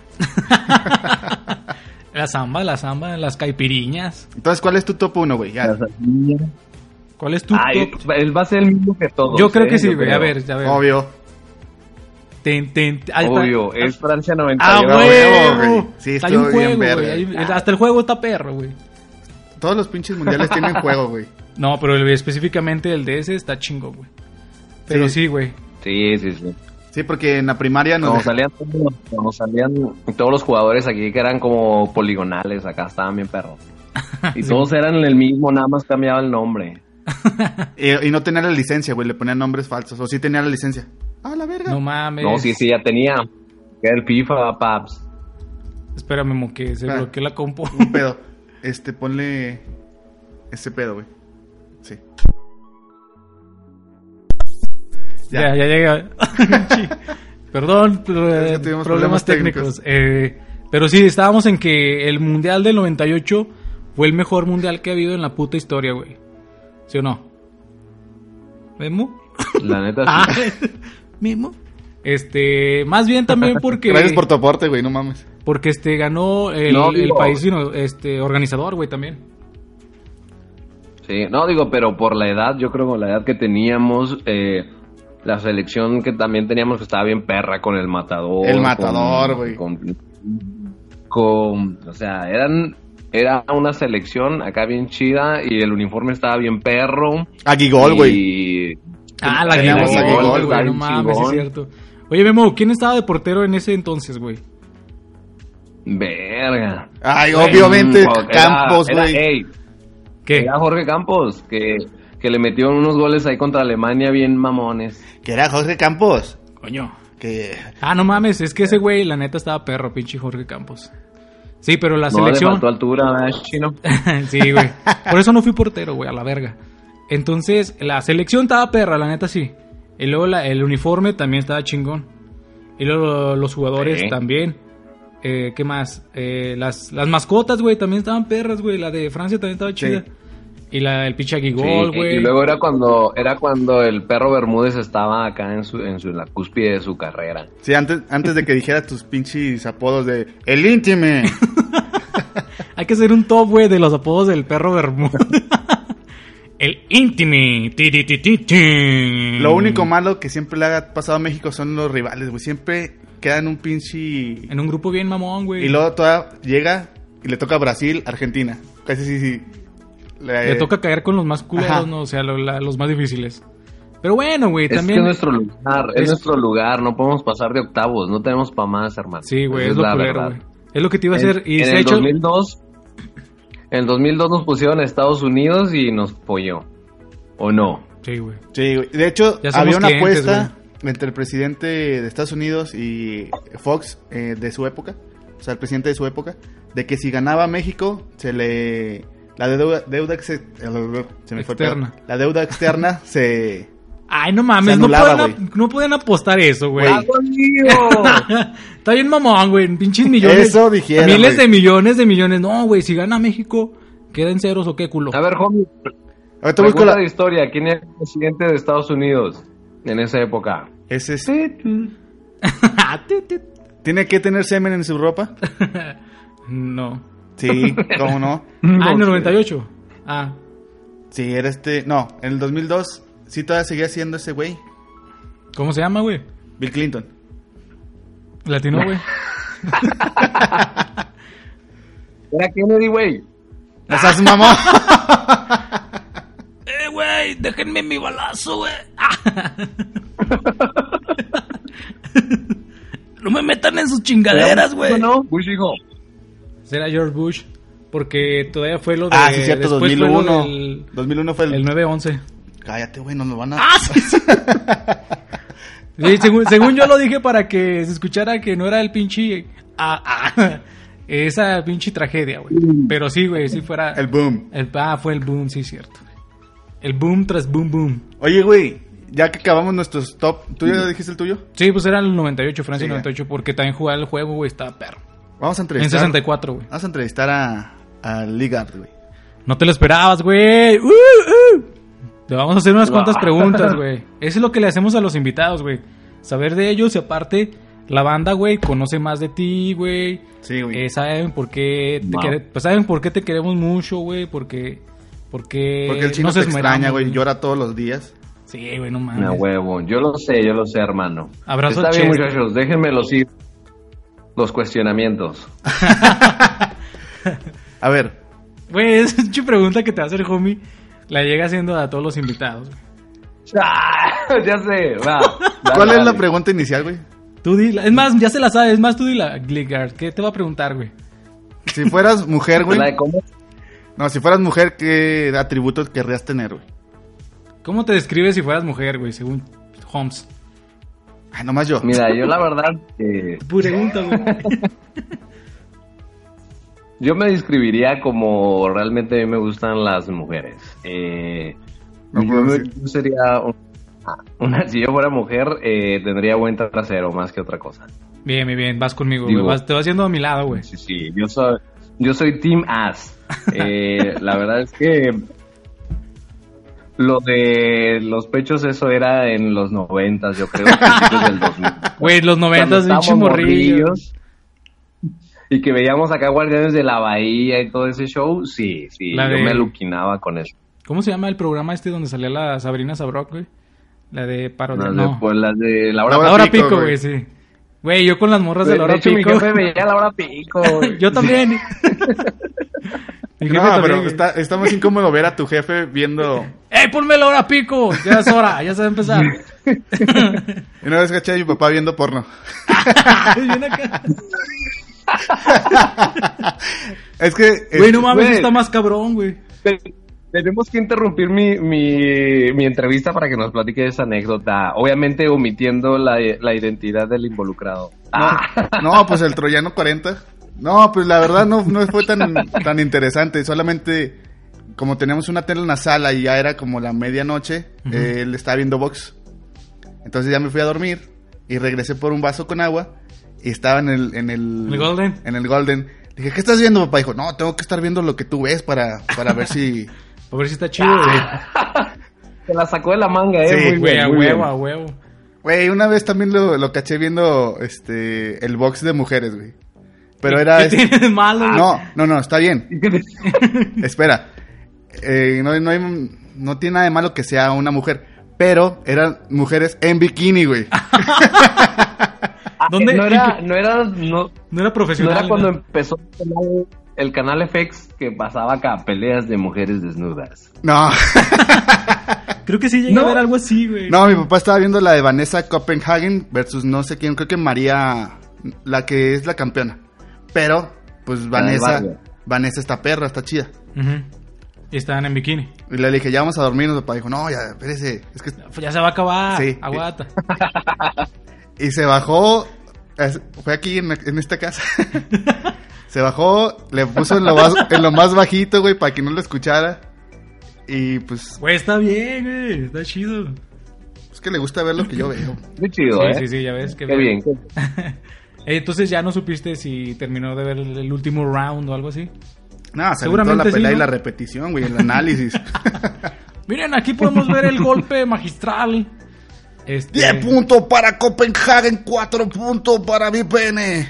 [SPEAKER 6] La samba, la samba, las caipiriñas.
[SPEAKER 5] Entonces, ¿cuál es tu top 1, güey? Ya.
[SPEAKER 6] ¿Cuál es tu
[SPEAKER 4] Ay,
[SPEAKER 6] top?
[SPEAKER 4] él va a ser el mismo que todos.
[SPEAKER 6] Yo creo
[SPEAKER 4] ¿eh?
[SPEAKER 6] que sí, güey.
[SPEAKER 4] creo.
[SPEAKER 6] A ver, a ver.
[SPEAKER 5] Obvio.
[SPEAKER 6] Ten, ten, ten. Ahí está.
[SPEAKER 4] Obvio, es Francia 90.
[SPEAKER 6] Ah,
[SPEAKER 4] lleva-
[SPEAKER 5] huevo,
[SPEAKER 6] güey.
[SPEAKER 5] güey. Sí,
[SPEAKER 6] está ahí un
[SPEAKER 5] estuvo bien
[SPEAKER 6] juego, güey.
[SPEAKER 5] verga.
[SPEAKER 6] ahí- Hasta el juego está perro, güey.
[SPEAKER 5] Todos los pinches mundiales tienen juego, güey.
[SPEAKER 6] No, pero el- específicamente el de ese está chingo, güey. Pero
[SPEAKER 5] Sí.
[SPEAKER 6] sí, güey.
[SPEAKER 4] Sí, sí, sí.
[SPEAKER 5] Sí, porque en la primaria nos.
[SPEAKER 4] Cuando salían, todos- cuando salían todos los jugadores aquí que eran como poligonales, acá estaban bien perros. Y todos eran el mismo, nada más cambiaba el nombre.
[SPEAKER 5] y, y no tenía la licencia, güey. Le ponían nombres falsos. O sí tenía la licencia. Ah, la verga.
[SPEAKER 6] No mames.
[SPEAKER 4] No, sí, sí, ya tenía. Era el FIFA, Paps.
[SPEAKER 6] Espérame, mo, que se
[SPEAKER 5] Ah.
[SPEAKER 6] bloqueó la compu.
[SPEAKER 5] Un pedo. Este, ponle. Ese pedo, güey. Sí.
[SPEAKER 6] ya, ya llegué. Sí. Perdón, pro-
[SPEAKER 5] Es que
[SPEAKER 6] eh,
[SPEAKER 5] tuvimos
[SPEAKER 6] problemas,
[SPEAKER 5] problemas técnicos.
[SPEAKER 6] técnicos. Eh, pero sí, estábamos en que el Mundial del 98 fue el mejor Mundial que ha habido en la puta historia, güey. ¿Sí o no? Memo.
[SPEAKER 4] La neta,
[SPEAKER 6] Ah,
[SPEAKER 4] sí.
[SPEAKER 6] Memo. Este, más bien también porque.
[SPEAKER 5] Gracias por tu aporte, güey, no mames.
[SPEAKER 6] Porque este ganó el,
[SPEAKER 4] No,
[SPEAKER 6] el
[SPEAKER 4] digo-
[SPEAKER 6] país sino, este organizador, güey, también.
[SPEAKER 4] Sí, no digo, pero por la edad, yo creo que la edad que teníamos, eh, la selección que también teníamos que estaba bien perra con el matador.
[SPEAKER 5] El
[SPEAKER 4] con-
[SPEAKER 5] Matador, güey.
[SPEAKER 4] Con, con- o sea, eran, era una selección acá bien chida y el uniforme estaba bien perro.
[SPEAKER 5] Aguigol, güey.
[SPEAKER 4] Y
[SPEAKER 6] Ah, la
[SPEAKER 5] Ganamos
[SPEAKER 6] ganamos
[SPEAKER 5] a
[SPEAKER 6] gol,
[SPEAKER 5] gol,
[SPEAKER 6] güey,
[SPEAKER 4] está
[SPEAKER 6] no
[SPEAKER 4] bien
[SPEAKER 6] mames, es
[SPEAKER 4] chingón.
[SPEAKER 6] cierto. Oye, Memo, ¿quién estaba de portero en ese entonces, güey?
[SPEAKER 4] verga.
[SPEAKER 5] Ay, obviamente,
[SPEAKER 4] Mm, era-
[SPEAKER 5] Campos,
[SPEAKER 4] era-
[SPEAKER 5] güey.
[SPEAKER 4] ey,
[SPEAKER 6] ¿Qué?
[SPEAKER 4] Era Jorge Campos, que, que le metió unos goles ahí contra Alemania bien mamones.
[SPEAKER 5] Que era Jorge Campos.
[SPEAKER 6] Coño.
[SPEAKER 5] Que
[SPEAKER 6] Ah, no mames, es que ese güey, la neta, estaba perro, pinche Jorge Campos. Sí, pero la
[SPEAKER 4] no le
[SPEAKER 6] selección.
[SPEAKER 4] faltó altura, ¿verdad, chino.
[SPEAKER 6] sí, güey. Por eso no fui portero, güey, a la verga. Entonces, la selección estaba perra, la neta sí. Y luego la- el uniforme también estaba chingón. Y luego los jugadores
[SPEAKER 4] Sí.
[SPEAKER 6] también. Eh, ¿Qué más? Eh, las, las mascotas, güey, también estaban perras, güey. La de Francia también estaba chida. Y la el pinche Aguigol,
[SPEAKER 4] Sí,
[SPEAKER 6] güey.
[SPEAKER 4] y luego era cuando era cuando el perro Bermúdez estaba acá en su, en su en la cúspide de su carrera.
[SPEAKER 5] Sí, antes, antes de que dijeras tus pinches apodos de El Íntime.
[SPEAKER 6] Hay que hacer un top, güey, de los apodos del perro Bermuda. el Intini. Ti, ti, ti, ti, ti.
[SPEAKER 5] Lo único malo que siempre le ha pasado a México son los rivales, güey. Siempre quedan un pinche.
[SPEAKER 6] En un grupo bien mamón, güey.
[SPEAKER 5] Y luego toda llega y le toca a Brasil, Argentina. Casi sí, sí.
[SPEAKER 4] Eh,
[SPEAKER 6] Le toca caer con los más culeros,
[SPEAKER 5] Ajá.
[SPEAKER 6] ¿no? O sea, lo- la- los más difíciles. Pero bueno, güey,
[SPEAKER 4] Es
[SPEAKER 6] también.
[SPEAKER 4] que es nuestro lugar, es,
[SPEAKER 6] es-
[SPEAKER 4] nuestro lugar, no podemos pasar de octavos, no tenemos pa' más, hermano.
[SPEAKER 6] Sí, güey,
[SPEAKER 4] Esa
[SPEAKER 6] es, lo
[SPEAKER 4] la
[SPEAKER 6] culero,
[SPEAKER 4] verdad.
[SPEAKER 6] güey. Es lo que te iba a
[SPEAKER 4] En-
[SPEAKER 6] hacer. Y
[SPEAKER 4] en
[SPEAKER 6] se
[SPEAKER 4] el
[SPEAKER 6] ha hecho.
[SPEAKER 4] 2002 en el 2002 nos pusieron a Estados Unidos y nos folló. ¿O no?
[SPEAKER 6] Sí, güey.
[SPEAKER 5] eh, Sí, güey. De hecho,
[SPEAKER 6] Ya somos
[SPEAKER 5] había una
[SPEAKER 6] clientes,
[SPEAKER 5] apuesta entre el presidente de Estados Unidos y Fox eh, de su época. O sea, el presidente de su época. De que si ganaba México, se le. La deuda, deuda ex- se me fue el pedo.
[SPEAKER 6] Externa.
[SPEAKER 5] La deuda externa se.
[SPEAKER 6] Ay, no mames,
[SPEAKER 5] Se
[SPEAKER 6] no,
[SPEAKER 5] anulaba,
[SPEAKER 6] pueden, ap- no pueden apostar eso, güey.
[SPEAKER 4] ¡Ah,
[SPEAKER 5] Güey.
[SPEAKER 6] Está bien mamón, güey. Pinches millones.
[SPEAKER 5] Eso dijeron,
[SPEAKER 6] Miles
[SPEAKER 5] güey.
[SPEAKER 6] de millones de millones. No, güey, si gana México, queda en ceros o qué culo.
[SPEAKER 4] A ver, homie,
[SPEAKER 5] Ahorita busco
[SPEAKER 4] pregunta
[SPEAKER 5] la.
[SPEAKER 4] de historia, ¿quién era el presidente de Estados Unidos en esa época?
[SPEAKER 5] Es este.
[SPEAKER 6] Ti, ti.
[SPEAKER 5] ¿Tiene que tener semen en su ropa?
[SPEAKER 6] no.
[SPEAKER 5] Sí, ¿cómo no?
[SPEAKER 6] Ah, en
[SPEAKER 4] sé.
[SPEAKER 6] el 98. Ah,
[SPEAKER 5] Sí, era este... No, en el 2002 sí todavía seguía siendo ese güey.
[SPEAKER 6] ¿cómo se llama, güey?
[SPEAKER 5] Bill Clinton.
[SPEAKER 6] Latino, güey.
[SPEAKER 4] Era Kennedy, güey.
[SPEAKER 5] O sea, su mamá.
[SPEAKER 6] ¡Eh, güey! ¡Déjenme mi balazo, güey! ¡No me metan en sus chingaderas,
[SPEAKER 4] ¿No? Bush dijo,
[SPEAKER 6] Será George Bush, porque todavía fue lo de...
[SPEAKER 5] ah, sí, cierto,
[SPEAKER 6] después fue lo
[SPEAKER 5] 2001.
[SPEAKER 6] del-
[SPEAKER 5] 2001 fue el...
[SPEAKER 6] el 9-11.
[SPEAKER 5] Cállate, güey, no nos van a...
[SPEAKER 6] ¡Ah, sí! sí. Sí, según, según yo lo dije para que se escuchara que no era el pinche... ah, ah, esa pinche tragedia, güey. Pero sí, güey, si fuera...
[SPEAKER 5] El boom.
[SPEAKER 6] el- ah, fue el boom, sí, cierto. El boom tras boom, boom.
[SPEAKER 5] Oye, güey, ya que acabamos nuestros top... ¿Tú ya dijiste el tuyo?
[SPEAKER 6] Sí, pues era el 98, Francia
[SPEAKER 5] Sí,
[SPEAKER 6] 98, porque también jugaba el juego, güey, estaba perro.
[SPEAKER 5] Vamos a
[SPEAKER 6] En
[SPEAKER 5] entrevistar...
[SPEAKER 6] 64, güey.
[SPEAKER 5] Vamos a entrevistar a... A Ligard, güey.
[SPEAKER 6] No te lo esperabas, güey. ¡Uh, uh! Te vamos a hacer unas
[SPEAKER 4] Guau.
[SPEAKER 6] cuantas preguntas, güey. Eso es lo que le hacemos a los invitados, güey. Saber de ellos y aparte, la banda, güey, conoce más de ti, güey.
[SPEAKER 5] Sí, güey.
[SPEAKER 6] Eh, saben por qué te
[SPEAKER 4] Wow.
[SPEAKER 6] quere- pues saben por qué te queremos mucho, güey, porque porque
[SPEAKER 5] Porque el chino
[SPEAKER 6] nos
[SPEAKER 5] se
[SPEAKER 6] esmeramos,
[SPEAKER 5] extraña, güey. Llora todos los días.
[SPEAKER 6] Sí, güey, no
[SPEAKER 4] una
[SPEAKER 6] mames.
[SPEAKER 4] Ah, huevo. Yo lo sé, yo lo sé, hermano.
[SPEAKER 6] Abrazo
[SPEAKER 4] Está
[SPEAKER 6] al
[SPEAKER 4] bien,
[SPEAKER 6] Chester.
[SPEAKER 4] muchachos, déjenmelos ir. Los cuestionamientos.
[SPEAKER 5] A ver,
[SPEAKER 6] Güey, esa pinche pregunta que te va a hacer homie la llega haciendo a todos los invitados. güey.
[SPEAKER 4] Ah, ya sé, va. Dale,
[SPEAKER 5] ¿cuál es la
[SPEAKER 4] dale.
[SPEAKER 5] pregunta inicial, güey?
[SPEAKER 6] Tú dila. Es más, ya se la sabes. Es más, tú dila, Glickard. ¿Qué te va a preguntar, güey?
[SPEAKER 5] Si fueras mujer, güey...
[SPEAKER 4] La de cómo-
[SPEAKER 5] No, si fueras mujer, ¿qué atributos querrías tener, güey?
[SPEAKER 6] ¿Cómo te describes si fueras mujer, güey? Según Holmes.
[SPEAKER 5] Ah, nomás yo.
[SPEAKER 4] Mira, yo la verdad, eh,
[SPEAKER 6] Pregunta, güey.
[SPEAKER 4] yo me describiría como realmente a mí me gustan las mujeres. Eh,
[SPEAKER 5] No
[SPEAKER 4] yo,
[SPEAKER 5] puedo
[SPEAKER 4] me-
[SPEAKER 5] decir.
[SPEAKER 4] yo sería un- una, si yo fuera mujer, eh, tendría buen trasero más que otra cosa.
[SPEAKER 6] bien, bien, bien. Vas conmigo,
[SPEAKER 4] Digo-
[SPEAKER 6] güey. Vas- te vas haciendo a mi lado, güey.
[SPEAKER 4] Sí, sí, yo soy, yo soy Team Ass. Eh, la verdad es que Lo de los pechos, eso era en los noventas, yo creo, principios del 2000.
[SPEAKER 6] Güey, los
[SPEAKER 4] Cuando
[SPEAKER 6] noventas,
[SPEAKER 4] estábamos
[SPEAKER 6] pinche morrillo.
[SPEAKER 4] morrillos Y que veíamos acá Guardianes de la Bahía y todo ese show, sí, sí,
[SPEAKER 6] La
[SPEAKER 4] yo
[SPEAKER 6] de-
[SPEAKER 4] me aluquinaba con eso.
[SPEAKER 6] ¿Cómo se llama el programa este donde salía la Sabrina Sabrok, güey? La de parodia.
[SPEAKER 4] Las
[SPEAKER 6] No.
[SPEAKER 4] de, pues, las de la hora
[SPEAKER 5] Laura
[SPEAKER 6] Ahora, pico,
[SPEAKER 5] Pico, güey.
[SPEAKER 6] güey, sí. Güey, yo con las morras de la hora
[SPEAKER 4] de hecho,
[SPEAKER 6] pico.
[SPEAKER 4] mi jefe veía la hora pico. güey.
[SPEAKER 6] yo también. Mi jefe
[SPEAKER 5] No,
[SPEAKER 6] también,
[SPEAKER 5] pero
[SPEAKER 6] güey.
[SPEAKER 5] está, está más incómodo ver a tu jefe viendo.
[SPEAKER 6] ¡Ey, ¡Eh, ponme la hora pico! Ya es hora, ya se va a empezar.
[SPEAKER 5] Una vez caché a mi papá viendo porno.
[SPEAKER 6] Bien acá.
[SPEAKER 5] Es que. este,
[SPEAKER 6] Güey, no mames,
[SPEAKER 4] güey.
[SPEAKER 6] está más cabrón, güey.
[SPEAKER 4] Te- Tenemos que interrumpir mi, mi, mi entrevista para que nos platique esa anécdota, obviamente omitiendo la, la identidad del involucrado. Ah,
[SPEAKER 5] No, pues el Troyano 40. No, pues la verdad no, no fue tan, tan interesante. Solamente, como teníamos una tele en la sala y ya era como la medianoche,
[SPEAKER 6] Ujú.
[SPEAKER 5] eh, él estaba viendo box. Entonces ya me fui a dormir y regresé por un vaso con agua y estaba en el. En el,
[SPEAKER 6] ¿El Golden?
[SPEAKER 5] En el Golden. Dije, ¿qué estás viendo, papá? Dijo, no, tengo que estar viendo lo que tú ves para, para ver si.
[SPEAKER 6] A ver si está chido, güey.
[SPEAKER 4] se la sacó de la manga, eh.
[SPEAKER 5] Sí,
[SPEAKER 4] Muy bien,
[SPEAKER 6] Güey, a
[SPEAKER 4] muy
[SPEAKER 6] huevo,
[SPEAKER 4] bien.
[SPEAKER 6] a huevo.
[SPEAKER 5] Güey, una vez también lo, lo caché viendo este el box de mujeres, güey. Pero era. este- Ah,
[SPEAKER 6] ¿Qué tiene de malo, güey?
[SPEAKER 5] No, no, no, está bien. Espera. Eh, no, no hay- no tiene nada de malo que sea una mujer. Pero eran mujeres en bikini, güey.
[SPEAKER 4] Ah,
[SPEAKER 6] ¿Dónde-
[SPEAKER 4] No era, no era, no,
[SPEAKER 6] No era em-
[SPEAKER 4] no
[SPEAKER 6] profesional.
[SPEAKER 4] era cuando
[SPEAKER 6] Pues
[SPEAKER 4] empezó
[SPEAKER 6] ¿no?
[SPEAKER 4] el canal, el canal FX que pasaba acá, peleas de mujeres desnudas.
[SPEAKER 5] No,
[SPEAKER 6] Creo que sí llega a
[SPEAKER 4] No.
[SPEAKER 6] ver algo así, güey.
[SPEAKER 5] no, mi papá estaba viendo la de Vanessa Copenhagen versus no sé quién, creo que María, la que es la campeona. Pero, pues Vanessa,
[SPEAKER 4] barrio.
[SPEAKER 5] Vanessa está perra, está chida.
[SPEAKER 6] Ujú. Y estaban en bikini.
[SPEAKER 5] Y le dije, ya vamos a dormir. Mi papá dijo, no, ya, espérese. Es que...
[SPEAKER 6] Pues Ya se va a acabar.
[SPEAKER 5] Sí.
[SPEAKER 6] Aguanta.
[SPEAKER 5] Y se bajó, es- fue aquí en, en esta casa. se bajó, le puso en lo más, en lo más bajito, güey, para que no lo escuchara. Y pues
[SPEAKER 6] Güey, está bien, güey. Está chido.
[SPEAKER 5] Es que le gusta ver lo que yo veo.
[SPEAKER 4] Muy chido,
[SPEAKER 6] Sí,
[SPEAKER 4] eh.
[SPEAKER 6] sí, sí, ya ves. que
[SPEAKER 4] Qué bien.
[SPEAKER 6] Entonces ya no supiste si terminó de ver el el último round o algo así.
[SPEAKER 5] No,
[SPEAKER 6] Seguramente
[SPEAKER 5] seguramente la
[SPEAKER 6] sí,
[SPEAKER 5] pelea
[SPEAKER 6] ¿no?
[SPEAKER 5] y la repetición, güey, el análisis.
[SPEAKER 6] Miren, aquí podemos ver el golpe magistral. Este,
[SPEAKER 5] 10 puntos para Copenhagen, 4 puntos para mi pene.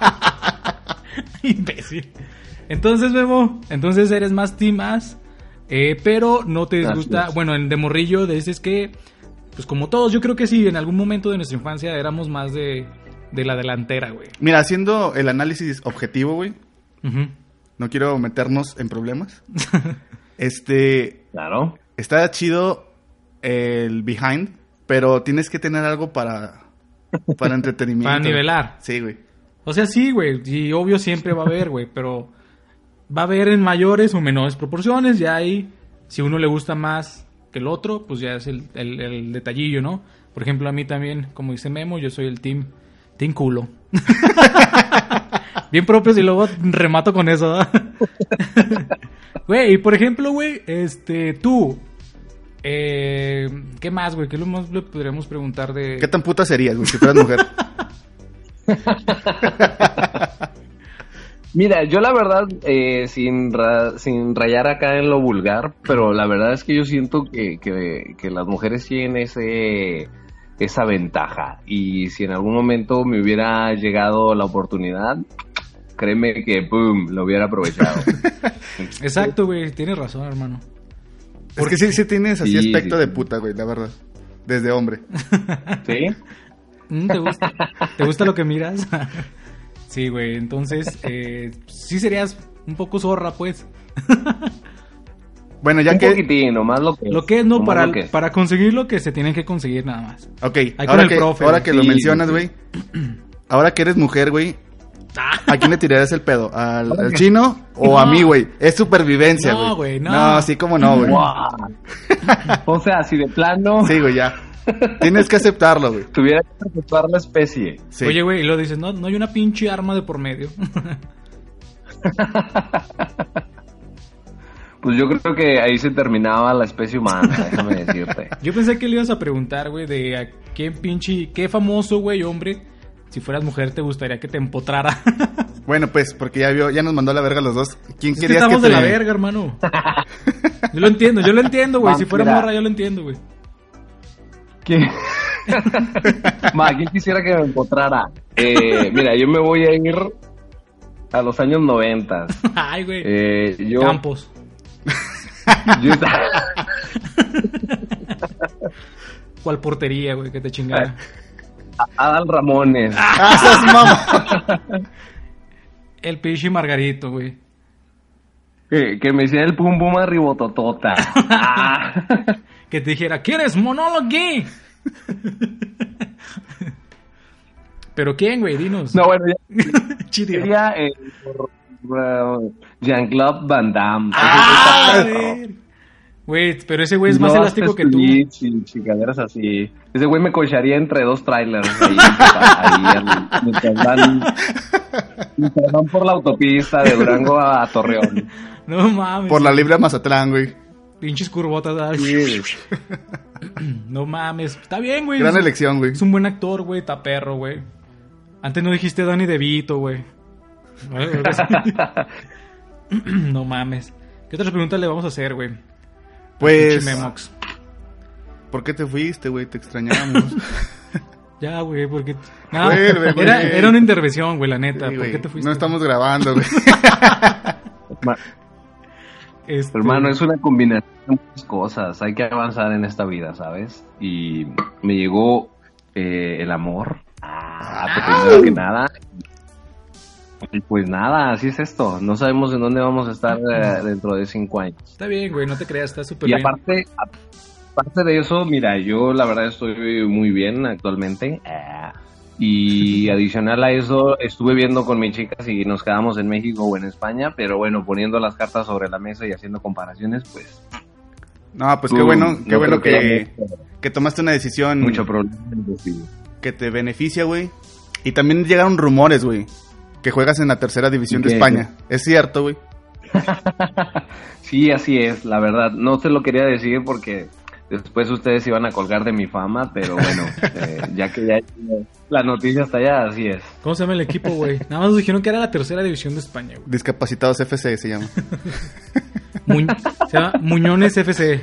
[SPEAKER 6] Imbécil. Entonces, Memo, entonces eres más timas, pero no te disgusta.
[SPEAKER 4] Así es.
[SPEAKER 6] Bueno, en de morrillo dices que, pues como todos, yo creo que sí, en algún momento de nuestra infancia éramos más de, de la delantera, güey.
[SPEAKER 5] Mira, haciendo el análisis objetivo, güey,
[SPEAKER 6] Ujú.
[SPEAKER 5] no quiero meternos en problemas. Este,
[SPEAKER 4] Claro.
[SPEAKER 5] está chido el behind, pero tienes que tener algo para para entretenimiento.
[SPEAKER 6] Para nivelar.
[SPEAKER 5] Sí, güey.
[SPEAKER 6] O sea, sí, güey, y obvio siempre va a haber, güey, pero va a haber en mayores o menores proporciones, ya ahí, si uno le gusta más que el otro, pues ya es el, el- el detallillo, ¿no? Por ejemplo, a mí también, como dice Memo, yo soy el team, team culo. Bien propios y luego remato con eso, ¿verdad? Güey, y por ejemplo, güey, este, tú, eh, ¿qué más, güey? ¿Qué lo más le podríamos preguntar de...?
[SPEAKER 5] ¿Qué tan puta serías, güey, si fueras mujer?
[SPEAKER 4] Mira, yo la verdad, eh, sin, ra- sin rayar acá en lo vulgar, pero la verdad es que yo siento que, que- que las mujeres tienen ese, esa ventaja. Y si en algún momento me hubiera llegado la oportunidad, créeme que, ¡pum!, lo hubiera aprovechado.
[SPEAKER 6] Exacto, güey, tienes razón, hermano.
[SPEAKER 5] es que sí, sí tienes así
[SPEAKER 4] Sí,
[SPEAKER 5] aspecto
[SPEAKER 4] sí,
[SPEAKER 5] de
[SPEAKER 4] sí.
[SPEAKER 5] puta, güey, la verdad. Desde hombre.
[SPEAKER 4] ¿Sí?
[SPEAKER 6] Mm, ¿Te gusta? ¿Te gusta lo que miras? sí, güey. Entonces, eh, sí serías un poco zorra, pues.
[SPEAKER 5] Bueno, ya
[SPEAKER 4] Un
[SPEAKER 5] que...
[SPEAKER 4] poquitín, nomás lo que
[SPEAKER 6] Lo que es, no,
[SPEAKER 4] nomás
[SPEAKER 6] para,
[SPEAKER 4] lo que es.
[SPEAKER 6] para conseguir lo que se tienen que conseguir nada más.
[SPEAKER 5] Ok,
[SPEAKER 6] con
[SPEAKER 5] ahora
[SPEAKER 6] el
[SPEAKER 5] que,
[SPEAKER 6] profe,
[SPEAKER 5] ahora que lo
[SPEAKER 4] sí,
[SPEAKER 5] mencionas,
[SPEAKER 4] sí,
[SPEAKER 5] güey. Ahora que eres mujer, güey.
[SPEAKER 6] Ah.
[SPEAKER 5] ¿A quién le tirarías el pedo? ¿Al, al chino o a mí, güey? Es supervivencia, güey.
[SPEAKER 6] No, güey, no.
[SPEAKER 5] sí, como
[SPEAKER 4] Ah,
[SPEAKER 5] no, güey.
[SPEAKER 4] ¡Guau! O sea, si de plano
[SPEAKER 5] Sí, güey, ya. Tienes que aceptarlo, güey.
[SPEAKER 4] tuviera que perpetuar la especie.
[SPEAKER 5] Sí.
[SPEAKER 6] Oye, güey, y lo dices, no, no hay una pinche arma de por medio.
[SPEAKER 4] Pues yo creo que ahí se terminaba la especie humana, déjame decirte.
[SPEAKER 6] Yo pensé que le ibas a preguntar, güey, de a qué pinche, qué famoso, güey, hombre, si fueras mujer, te gustaría que te empotrara.
[SPEAKER 5] Bueno, pues, porque ya vio, ya nos mandó a la verga los dos. ¿Quién
[SPEAKER 6] Es que
[SPEAKER 5] querías
[SPEAKER 6] estamos
[SPEAKER 5] que
[SPEAKER 6] de
[SPEAKER 5] te-
[SPEAKER 6] la verga, hermano. Yo lo entiendo, yo lo entiendo, güey. Si fuera
[SPEAKER 4] Vampira.
[SPEAKER 6] morra, yo lo entiendo, güey.
[SPEAKER 4] ¿Qué? Ma, ¿quién quisiera que me encontrara? Eh, mira, yo me voy a ir a los años 90.
[SPEAKER 6] Ay, güey.
[SPEAKER 4] Eh, yo,
[SPEAKER 6] Campos.
[SPEAKER 4] yo-
[SPEAKER 6] ¿Cuál portería, güey? Que te chingara.
[SPEAKER 4] Adal Ramones.
[SPEAKER 5] ¡Ah, esas mamá!
[SPEAKER 6] El pichi Margarito, güey.
[SPEAKER 4] Que, que me hiciera el pum pum a ribototota. Ah.
[SPEAKER 6] Que te dijera, ¿quieres monólogo? ¿Pero quién, güey? Dinos.
[SPEAKER 4] No, bueno, ya
[SPEAKER 6] Chidio.
[SPEAKER 4] sería eh, por- por Jean-Claude Van Damme.
[SPEAKER 6] ¡Ah, ver! Güey, pero ese güey es Pues, más
[SPEAKER 4] No
[SPEAKER 6] elástico que
[SPEAKER 4] haces
[SPEAKER 6] tú.
[SPEAKER 4] tweets y chingaderas así. Ese güey me cocharía entre dos trailers. Ahí, ahí, al- mientras, van, mientras van por la autopista de Durango a Torreón.
[SPEAKER 6] No mames.
[SPEAKER 5] Por la libra Mazatlán, güey.
[SPEAKER 6] Pinches curvotas. ah. No mames. Está bien, güey.
[SPEAKER 5] Gran
[SPEAKER 6] Es-
[SPEAKER 5] elección, güey.
[SPEAKER 6] Es un buen actor, güey. Está perro, güey. Antes no dijiste Danny DeVito, güey. no mames. ¿Qué otras preguntas le vamos a hacer, güey?
[SPEAKER 5] Pues,
[SPEAKER 6] Pinche Memox.
[SPEAKER 5] ¿por qué te fuiste, güey? Te extrañábamos.
[SPEAKER 6] Ya, güey, porque... No,
[SPEAKER 5] Vuelve, güey.
[SPEAKER 6] era, era una intervención, güey, la neta.
[SPEAKER 5] Sí,
[SPEAKER 6] ¿Por
[SPEAKER 5] güey.
[SPEAKER 6] qué te fuiste?
[SPEAKER 5] No estamos grabando, güey.
[SPEAKER 4] Ma-
[SPEAKER 6] Este,
[SPEAKER 4] Hermano, es una combinación de muchas cosas. Hay que avanzar en esta vida, ¿sabes? Y me llegó eh, el amor. Ah, pues primero que nada. Y pues nada, así es esto. No sabemos en dónde vamos a estar eh, dentro de cinco años.
[SPEAKER 6] Está bien, güey, no te creas, está súper
[SPEAKER 5] Pues
[SPEAKER 4] Y
[SPEAKER 6] bien.
[SPEAKER 4] aparte, aparte de eso, mira, yo la verdad estoy muy bien actualmente. Ah, Y adicional a eso, estuve viendo con mis chicas si nos quedamos en México o en España, pero bueno, poniendo las cartas sobre la mesa y haciendo comparaciones, pues...
[SPEAKER 5] No, pues
[SPEAKER 4] tú,
[SPEAKER 5] qué bueno,
[SPEAKER 4] no
[SPEAKER 5] qué bueno
[SPEAKER 4] creo
[SPEAKER 5] que, Mm.
[SPEAKER 4] haya mucho-
[SPEAKER 5] que tomaste una decisión
[SPEAKER 4] mucho problema. en decirlo.
[SPEAKER 5] que te beneficia, güey. Y también llegaron rumores, güey, que juegas en la tercera división de
[SPEAKER 4] ¿Qué?
[SPEAKER 5] España. Es cierto, güey.
[SPEAKER 4] Sí, así es, la verdad. No te lo quería decir porque después ustedes iban a colgar de mi fama, pero bueno, eh, ya que ya la noticia está allá, así es.
[SPEAKER 6] ¿Cómo se llama el equipo, güey? Nada más nos dijeron que era la tercera división de España, güey.
[SPEAKER 5] Discapacitados FC se llama.
[SPEAKER 6] Muñ- se llama Muñones FC.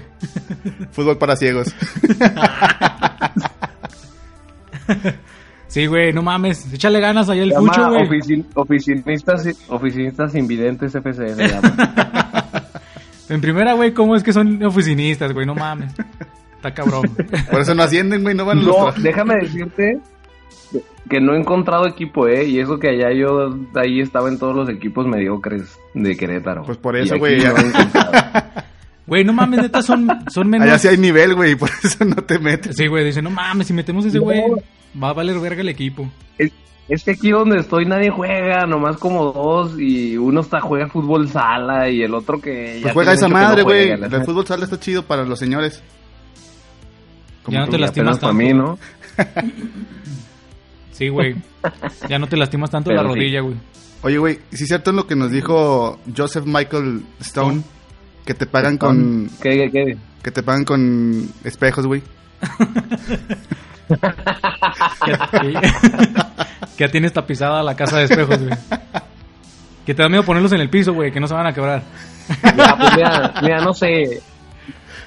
[SPEAKER 5] Fútbol para ciegos.
[SPEAKER 6] Sí, güey, no mames. Échale ganas allá el
[SPEAKER 4] Se llama
[SPEAKER 6] fucho, güey.
[SPEAKER 4] oficin- oficinistas, oficinistas invidentes FC se llama.
[SPEAKER 6] En primera, güey, ¿cómo es que son oficinistas, güey? No mames. Está cabrón.
[SPEAKER 5] Por eso no ascienden, güey, no van los
[SPEAKER 4] no,
[SPEAKER 5] tra-
[SPEAKER 4] déjame decirte que no he encontrado equipo, ¿eh? Y eso que allá yo ahí estaba en todos los equipos mediocres de Querétaro.
[SPEAKER 5] Pues por
[SPEAKER 4] Y
[SPEAKER 5] eso,
[SPEAKER 4] aquí
[SPEAKER 5] güey,
[SPEAKER 4] no he
[SPEAKER 5] ya.
[SPEAKER 4] encontrado.
[SPEAKER 6] Güey, no mames, neta, son, son menos.
[SPEAKER 5] Allá sí hay nivel, güey, y por eso no te metes.
[SPEAKER 6] Sí, güey, dice, no mames, si metemos a ese
[SPEAKER 4] No.
[SPEAKER 6] güey, va a valer verga el equipo.
[SPEAKER 4] es, es que aquí donde estoy nadie juega, nomás como dos. Y uno está juega fútbol sala y el otro que. ya
[SPEAKER 5] Pues juega
[SPEAKER 4] tiene
[SPEAKER 5] esa
[SPEAKER 4] mucho que no
[SPEAKER 5] madre, güey.
[SPEAKER 4] juega. ¿eh?
[SPEAKER 5] el fútbol sala está chido para los señores. Como
[SPEAKER 6] Ya no
[SPEAKER 5] tú.
[SPEAKER 6] te
[SPEAKER 4] Y
[SPEAKER 6] lastimas
[SPEAKER 4] apenas pa'
[SPEAKER 6] tanto.
[SPEAKER 4] mí, ¿no?
[SPEAKER 6] Sí, güey. Ya no te lastimas tanto
[SPEAKER 4] Pero
[SPEAKER 6] la
[SPEAKER 4] sí.
[SPEAKER 6] rodilla, güey.
[SPEAKER 5] Oye, güey, si es cierto lo que nos dijo Joseph Michael Stone, que te pagan con
[SPEAKER 4] ¿Qué, qué, qué?
[SPEAKER 5] que te pagan con espejos, güey.
[SPEAKER 6] Que- que ya tienes tapizada la casa de espejos, güey. Que te da miedo ponerlos en el piso, güey, que no se van a quebrar.
[SPEAKER 4] Ya, pues mira, mira, no sé.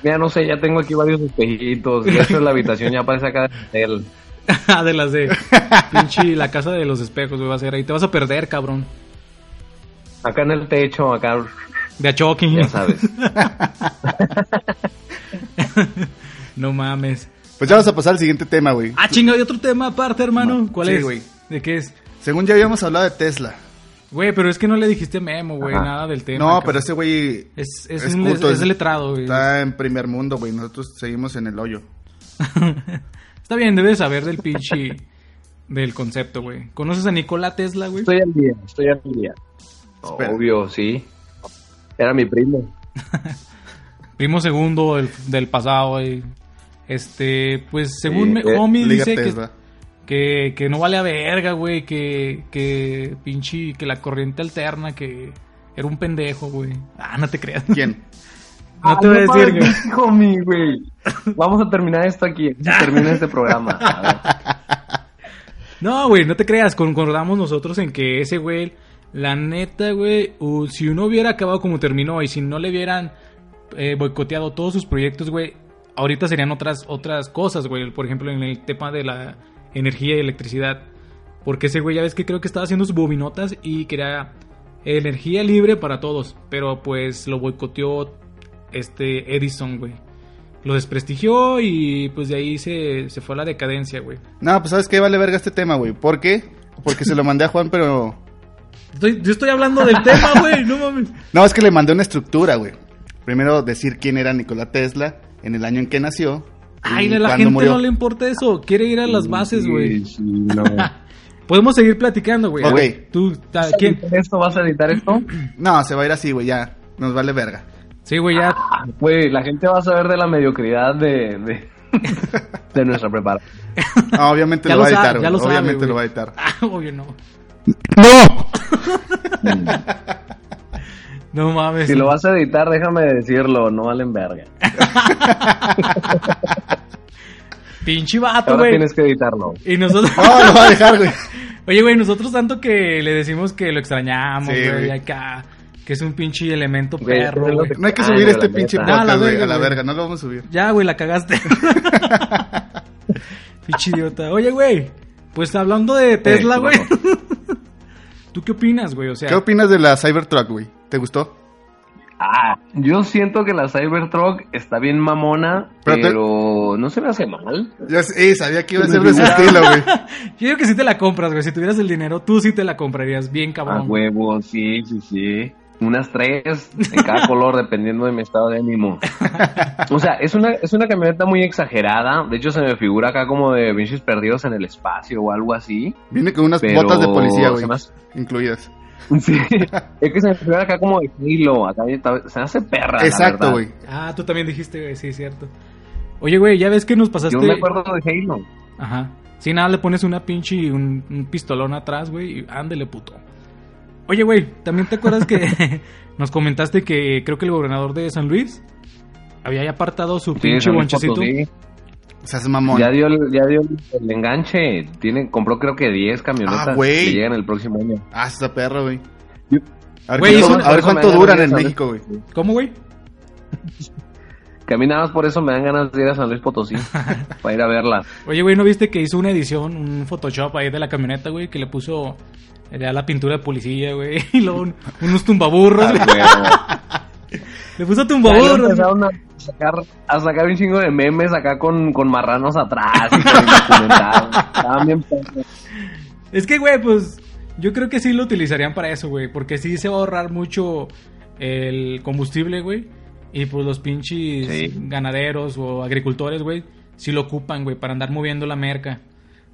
[SPEAKER 4] Mira, no sé, ya tengo aquí varios espejitos. De hecho, la habitación ya parece acá de él.
[SPEAKER 6] Ah, de las de pinche la casa de los espejos, güey, va a ser ahí. Te vas a perder, cabrón.
[SPEAKER 4] Acá en el techo, acá,
[SPEAKER 6] De achoking.
[SPEAKER 4] ya sabes.
[SPEAKER 6] No mames.
[SPEAKER 5] Pues ya vamos a pasar al siguiente tema, güey.
[SPEAKER 6] Ah, chinga, hay otro tema aparte, hermano. ¿Cuál
[SPEAKER 5] Sí,
[SPEAKER 6] es?
[SPEAKER 5] güey.
[SPEAKER 6] ¿De qué es?
[SPEAKER 5] Según ya habíamos hablado de Tesla.
[SPEAKER 6] Güey, pero es que no le dijiste a memo, güey,
[SPEAKER 4] Ajá.
[SPEAKER 6] nada del tema.
[SPEAKER 5] no,
[SPEAKER 6] cabrón.
[SPEAKER 5] pero ese güey
[SPEAKER 6] Es, es,
[SPEAKER 5] es
[SPEAKER 6] un-
[SPEAKER 5] culto,
[SPEAKER 6] es
[SPEAKER 5] es-
[SPEAKER 6] letrado, güey. Está...
[SPEAKER 5] está en primer mundo, güey. Nosotros seguimos en el hoyo.
[SPEAKER 6] bien, debes saber del pinche. del concepto, güey. ¿Conoces a Nikola Tesla, güey?
[SPEAKER 4] Estoy al día, estoy al día.
[SPEAKER 5] Espera.
[SPEAKER 4] Obvio, sí. Era mi primo.
[SPEAKER 6] Primo segundo del, del pasado, güey. Este, pues según
[SPEAKER 4] Sí,
[SPEAKER 6] me,
[SPEAKER 4] eh,
[SPEAKER 6] homie
[SPEAKER 5] Liga
[SPEAKER 6] dice que,
[SPEAKER 5] Tesla.
[SPEAKER 6] que, que no vale a verga, güey, que, que pinche, que la corriente alterna, que era un pendejo, güey. Ah, no te creas.
[SPEAKER 5] ¿Quién?
[SPEAKER 4] Ah,
[SPEAKER 6] No te voy a decir, güey.
[SPEAKER 4] Hijo mi, güey. Vamos a terminar esto aquí. Termina este programa. A
[SPEAKER 6] No, güey, no te creas, concordamos nosotros en que ese güey, la neta, güey, u- si uno hubiera acabado como terminó y si no le hubieran eh, boicoteado todos sus proyectos, güey, ahorita serían otras, otras cosas, güey. Por ejemplo, en el tema de la energía y electricidad. Porque ese güey ya ves que creo que estaba haciendo sus bobinotas y quería energía libre para todos. Pero pues lo boicoteó este Edison, güey. Lo desprestigió y pues de ahí se, se fue a la decadencia, güey.
[SPEAKER 5] No, pues sabes qué vale verga este tema, güey. ¿Por qué? Porque se lo mandé a Juan, pero.
[SPEAKER 6] Estoy- yo estoy hablando del tema, güey, no mames.
[SPEAKER 5] No, es que le mandé una estructura, güey. Primero decir quién era Nikola Tesla, en el año en que nació.
[SPEAKER 6] Ay,
[SPEAKER 5] y
[SPEAKER 6] a la
[SPEAKER 5] cuándo
[SPEAKER 6] gente
[SPEAKER 5] murió.
[SPEAKER 6] no le importa eso. Quiere ir a las bases, güey.
[SPEAKER 4] Sí, sí, no.
[SPEAKER 6] Podemos seguir platicando, güey. A
[SPEAKER 5] Ok.
[SPEAKER 6] ver, ¿Tú, ta- quién?
[SPEAKER 4] ¿Esto vas a editar esto?
[SPEAKER 5] No, se va a ir así, güey, ya. Nos vale verga.
[SPEAKER 6] Sí, güey, ya.
[SPEAKER 4] Ah, Güey, la gente va a saber de la mediocridad de, de, de nuestra preparación.
[SPEAKER 5] No, obviamente
[SPEAKER 6] Ya
[SPEAKER 5] lo,
[SPEAKER 6] lo
[SPEAKER 5] va a editar,
[SPEAKER 6] sabe, ya
[SPEAKER 5] güey.
[SPEAKER 6] lo sabe,
[SPEAKER 5] Obviamente
[SPEAKER 6] güey.
[SPEAKER 5] lo va a editar.
[SPEAKER 6] Ah, obvio no.
[SPEAKER 5] ¡No!
[SPEAKER 6] No mames.
[SPEAKER 4] Si lo vas a editar, déjame decirlo, no valen verga.
[SPEAKER 6] Pinche vato,
[SPEAKER 4] Ahora
[SPEAKER 6] Ah, güey.
[SPEAKER 4] tienes que editarlo.
[SPEAKER 6] Y nosotros.
[SPEAKER 5] No, lo va a dejar, güey.
[SPEAKER 6] Oye, güey, nosotros tanto que le decimos que lo extrañamos,
[SPEAKER 5] Sí,
[SPEAKER 6] güey,
[SPEAKER 5] güey.
[SPEAKER 6] acá. Que es un pinche elemento
[SPEAKER 4] Güey,
[SPEAKER 6] perro,
[SPEAKER 4] es lo
[SPEAKER 6] güey.
[SPEAKER 4] que-
[SPEAKER 5] No hay que
[SPEAKER 4] Ay,
[SPEAKER 5] subir
[SPEAKER 4] no,
[SPEAKER 5] este
[SPEAKER 4] la
[SPEAKER 5] pinche
[SPEAKER 4] neta.
[SPEAKER 5] podcast,
[SPEAKER 6] Ah, la
[SPEAKER 5] güey.
[SPEAKER 6] verga,
[SPEAKER 5] A la
[SPEAKER 6] güey.
[SPEAKER 5] verga, no lo vamos a subir.
[SPEAKER 6] Ya, güey, la cagaste. pinche idiota. Oye, güey. Pues hablando de Tesla,
[SPEAKER 4] Eh,
[SPEAKER 6] güey.
[SPEAKER 4] bueno.
[SPEAKER 6] ¿Tú qué opinas, güey? O sea,
[SPEAKER 5] ¿Qué opinas de la Cybertruck, güey? ¿Te gustó?
[SPEAKER 4] Ah, yo siento que la Cybertruck está bien mamona,
[SPEAKER 5] Pero te-
[SPEAKER 4] pero, no se me hace mal.
[SPEAKER 5] Ya sí, sabía que iba a ser de ese estilo, güey.
[SPEAKER 6] yo digo que sí te la compras, güey. Si tuvieras el dinero, tú sí te la comprarías bien,
[SPEAKER 4] A
[SPEAKER 6] cabrón.
[SPEAKER 4] huevo, sí, sí, sí. Unas tres en cada color, dependiendo de mi estado de ánimo. O sea, es una, es una camioneta muy exagerada. De hecho, se me figura acá como de pinches perdidos en el espacio o algo así.
[SPEAKER 5] Viene con unas
[SPEAKER 4] Pero
[SPEAKER 5] botas de policía, güey.
[SPEAKER 4] se me hace-
[SPEAKER 5] Incluidas.
[SPEAKER 4] Sí, es que se me figura acá como de hilo. Acá está- se me hace perra. la
[SPEAKER 5] Exacto,
[SPEAKER 4] verdad.
[SPEAKER 5] güey.
[SPEAKER 6] Ah, tú también dijiste, güey, sí, cierto. Oye, güey, ya ves Pues que nos pasaste.
[SPEAKER 4] Yo me acuerdo de Halo.
[SPEAKER 6] Ajá. Si nada, le pones una pinche y un, un pistolón atrás, güey, y ándele, puto. Oye, güey, ¿también te acuerdas que nos comentaste que creo que el gobernador de San Luis había ya apartado su
[SPEAKER 4] Sí,
[SPEAKER 6] pinche
[SPEAKER 4] son mis
[SPEAKER 6] bonchecito?
[SPEAKER 4] fotos, sí.
[SPEAKER 5] Se hace mamón.
[SPEAKER 4] Ya dio, el- ya dio el, el enganche. Tiene, compró creo que 10 camionetas
[SPEAKER 5] Ah, güey.
[SPEAKER 4] que llegan el próximo año.
[SPEAKER 5] Ah, está perro, güey.
[SPEAKER 4] Yo-
[SPEAKER 5] A ver
[SPEAKER 6] Güey,
[SPEAKER 5] cuánto,
[SPEAKER 6] eso me-
[SPEAKER 5] a ver
[SPEAKER 4] eso me
[SPEAKER 5] cuánto
[SPEAKER 4] da
[SPEAKER 5] duran
[SPEAKER 4] vergüenza,
[SPEAKER 5] en
[SPEAKER 4] ¿no?
[SPEAKER 5] México, güey.
[SPEAKER 6] ¿Cómo, güey?
[SPEAKER 4] Caminadas por eso me dan ganas de ir a San Luis Potosí para ir a verla.
[SPEAKER 6] Oye, güey, ¿no viste que hizo una edición, un Photoshop ahí de la camioneta, güey, que le puso ya la pintura de policía, güey, y luego un- unos
[SPEAKER 5] Pues,
[SPEAKER 6] tumbaburros,
[SPEAKER 4] Ah,
[SPEAKER 6] güey. Le puso
[SPEAKER 4] Luego
[SPEAKER 6] tumbaburros. güey.
[SPEAKER 4] empezaron a sacar, a sacar un chingo de memes acá con, con marranos atrás y con documentales. Estaban bien perros.
[SPEAKER 6] Es que, güey, pues yo creo que sí lo utilizarían para eso, güey. Porque sí se va a ahorrar mucho el combustible, güey. Y pues los pinches
[SPEAKER 4] Sí.
[SPEAKER 6] ganaderos o agricultores, güey, sí lo ocupan, güey, para andar moviendo la merca.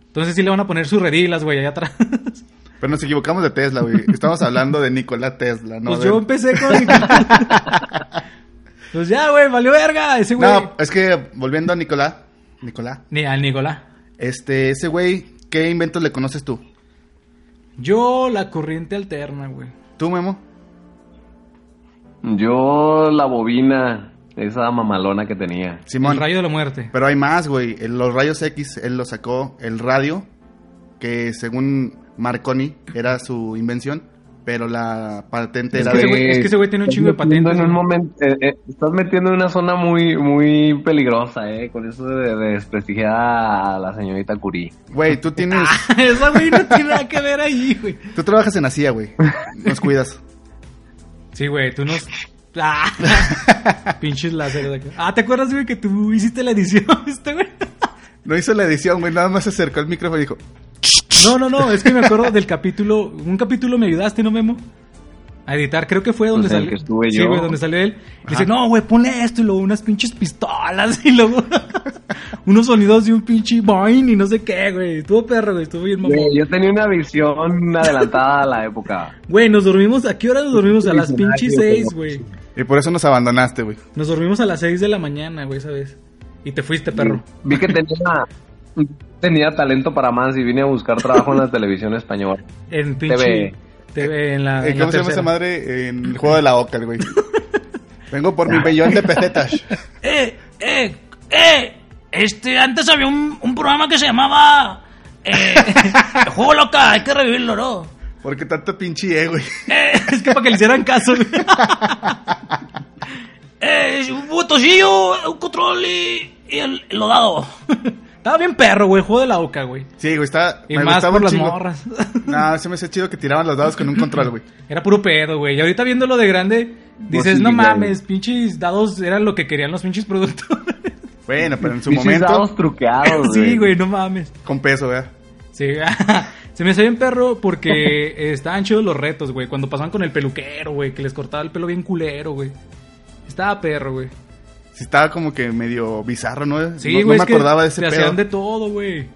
[SPEAKER 6] Entonces sí le van a poner sus redilas, güey, allá atrás.
[SPEAKER 5] Pero nos equivocamos de Tesla, güey. Estamos hablando de Nikola Tesla, ¿no?
[SPEAKER 6] pues
[SPEAKER 5] De-
[SPEAKER 6] yo empecé con... pues ya, güey, valió verga ese güey.
[SPEAKER 5] No, es que volviendo a Nicolás. Nicolás.
[SPEAKER 6] Ni al Nicolás.
[SPEAKER 5] Este, ese güey, ¿qué invento le conoces tú?
[SPEAKER 6] Yo la corriente alterna, güey.
[SPEAKER 5] ¿Tú, Memo?
[SPEAKER 4] Yo, la bobina, esa mamalona que tenía.
[SPEAKER 5] Simón.
[SPEAKER 6] El rayo de la muerte.
[SPEAKER 5] Pero hay más, güey. El- Los rayos X, él lo sacó. El radio, que según Marconi era su invención, pero la patente
[SPEAKER 6] Es
[SPEAKER 5] era
[SPEAKER 6] que
[SPEAKER 5] de...
[SPEAKER 6] ese güey- es que ese güey tiene un
[SPEAKER 4] estás
[SPEAKER 6] chingo de
[SPEAKER 4] metiendo
[SPEAKER 6] patentes,
[SPEAKER 4] En un
[SPEAKER 6] güey.
[SPEAKER 4] momento, eh, eh, estás metiendo en una zona muy, muy peligrosa, eh, con eso de, de desprestigiar a la señorita Curie.
[SPEAKER 5] Güey, tú tienes...
[SPEAKER 6] Esa güey no tiene nada que ver ahí, güey.
[SPEAKER 5] Tú trabajas en Asia, güey. Nos cuidas.
[SPEAKER 6] Sí, güey, tú nos. Ah, pinches láseres acá. Ah, ¿te acuerdas, güey, que tú hiciste la edición, este, güey?
[SPEAKER 5] No hizo la edición, güey. Nada más se acercó al micrófono y dijo...
[SPEAKER 6] No, no, no, es que me acuerdo del capítulo. Un capítulo me ayudaste, ¿no, Memo? A editar, creo que fue donde
[SPEAKER 4] Pues el
[SPEAKER 6] salió.
[SPEAKER 4] que estuve
[SPEAKER 6] sí,
[SPEAKER 4] yo.
[SPEAKER 6] güey, donde salió él. Y Dice, no, güey, ponle esto y luego unas pinches pistolas y luego unos sonidos de un pinche boing y no sé qué, güey. Estuvo perro, güey, estuvo bien mamón.
[SPEAKER 4] Güey, yo tenía una visión adelantada a la época.
[SPEAKER 6] Güey, nos dormimos, ¿a qué hora nos dormimos? A las pinches
[SPEAKER 4] Visionario,
[SPEAKER 6] seis,
[SPEAKER 4] pero-
[SPEAKER 6] güey.
[SPEAKER 5] Y por eso nos abandonaste, güey.
[SPEAKER 6] Nos dormimos a las seis de la mañana, güey, esa vez. Y te fuiste, perro.
[SPEAKER 4] Vi que tenía, tenía talento para más y vine a buscar trabajo en la televisión española.
[SPEAKER 6] En pinche.
[SPEAKER 4] TV.
[SPEAKER 6] TV, en la.
[SPEAKER 5] Eh,
[SPEAKER 6] Ah, en la
[SPEAKER 5] ¿Cómo se llama esa
[SPEAKER 6] tercera.
[SPEAKER 5] madre? En el juego de la Oca, el güey. Vengo por
[SPEAKER 6] Ah.
[SPEAKER 5] mi bellón de pesetas.
[SPEAKER 1] eh, eh, eh. Este, antes había un, un programa que se llamaba. Eh, el juego loca, hay que revivirlo, ¿no?
[SPEAKER 5] Porque tanto pinche, eh, E, güey.
[SPEAKER 6] Eh, es que para que le hicieran caso, güey.
[SPEAKER 1] eh, un botoncillo, un control y, y el, lo dado.
[SPEAKER 6] Estaba bien perro, güey, el juego de la oca, güey.
[SPEAKER 5] Sí, güey, está.
[SPEAKER 6] Y más por
[SPEAKER 5] un
[SPEAKER 6] las
[SPEAKER 5] chingo.
[SPEAKER 6] morras.
[SPEAKER 5] No, se me hacía chido que tiraban los dados con un control, güey.
[SPEAKER 6] Era puro pedo, güey. Y ahorita viéndolo de grande, dices,
[SPEAKER 4] sí,
[SPEAKER 6] no
[SPEAKER 4] güey.
[SPEAKER 6] mames, pinches dados eran lo que querían los pinches productores.
[SPEAKER 5] Bueno, pero en su
[SPEAKER 4] Pinches
[SPEAKER 5] momento.
[SPEAKER 4] dados truqueados,
[SPEAKER 6] sí, güey, no mames.
[SPEAKER 5] Con peso, ¿verdad?
[SPEAKER 6] Sí, se me hacía bien perro porque eh, estaban chidos los retos, güey. Cuando pasaban con el peluquero, güey, que les cortaba el pelo bien culero, güey. Estaba perro, güey.
[SPEAKER 5] Sí, estaba como que medio bizarro, ¿no?
[SPEAKER 6] Sí,
[SPEAKER 5] no,
[SPEAKER 6] güey.
[SPEAKER 5] no me
[SPEAKER 6] es que
[SPEAKER 5] acordaba de ese
[SPEAKER 6] Te
[SPEAKER 5] pedo.
[SPEAKER 6] hacían de todo, güey.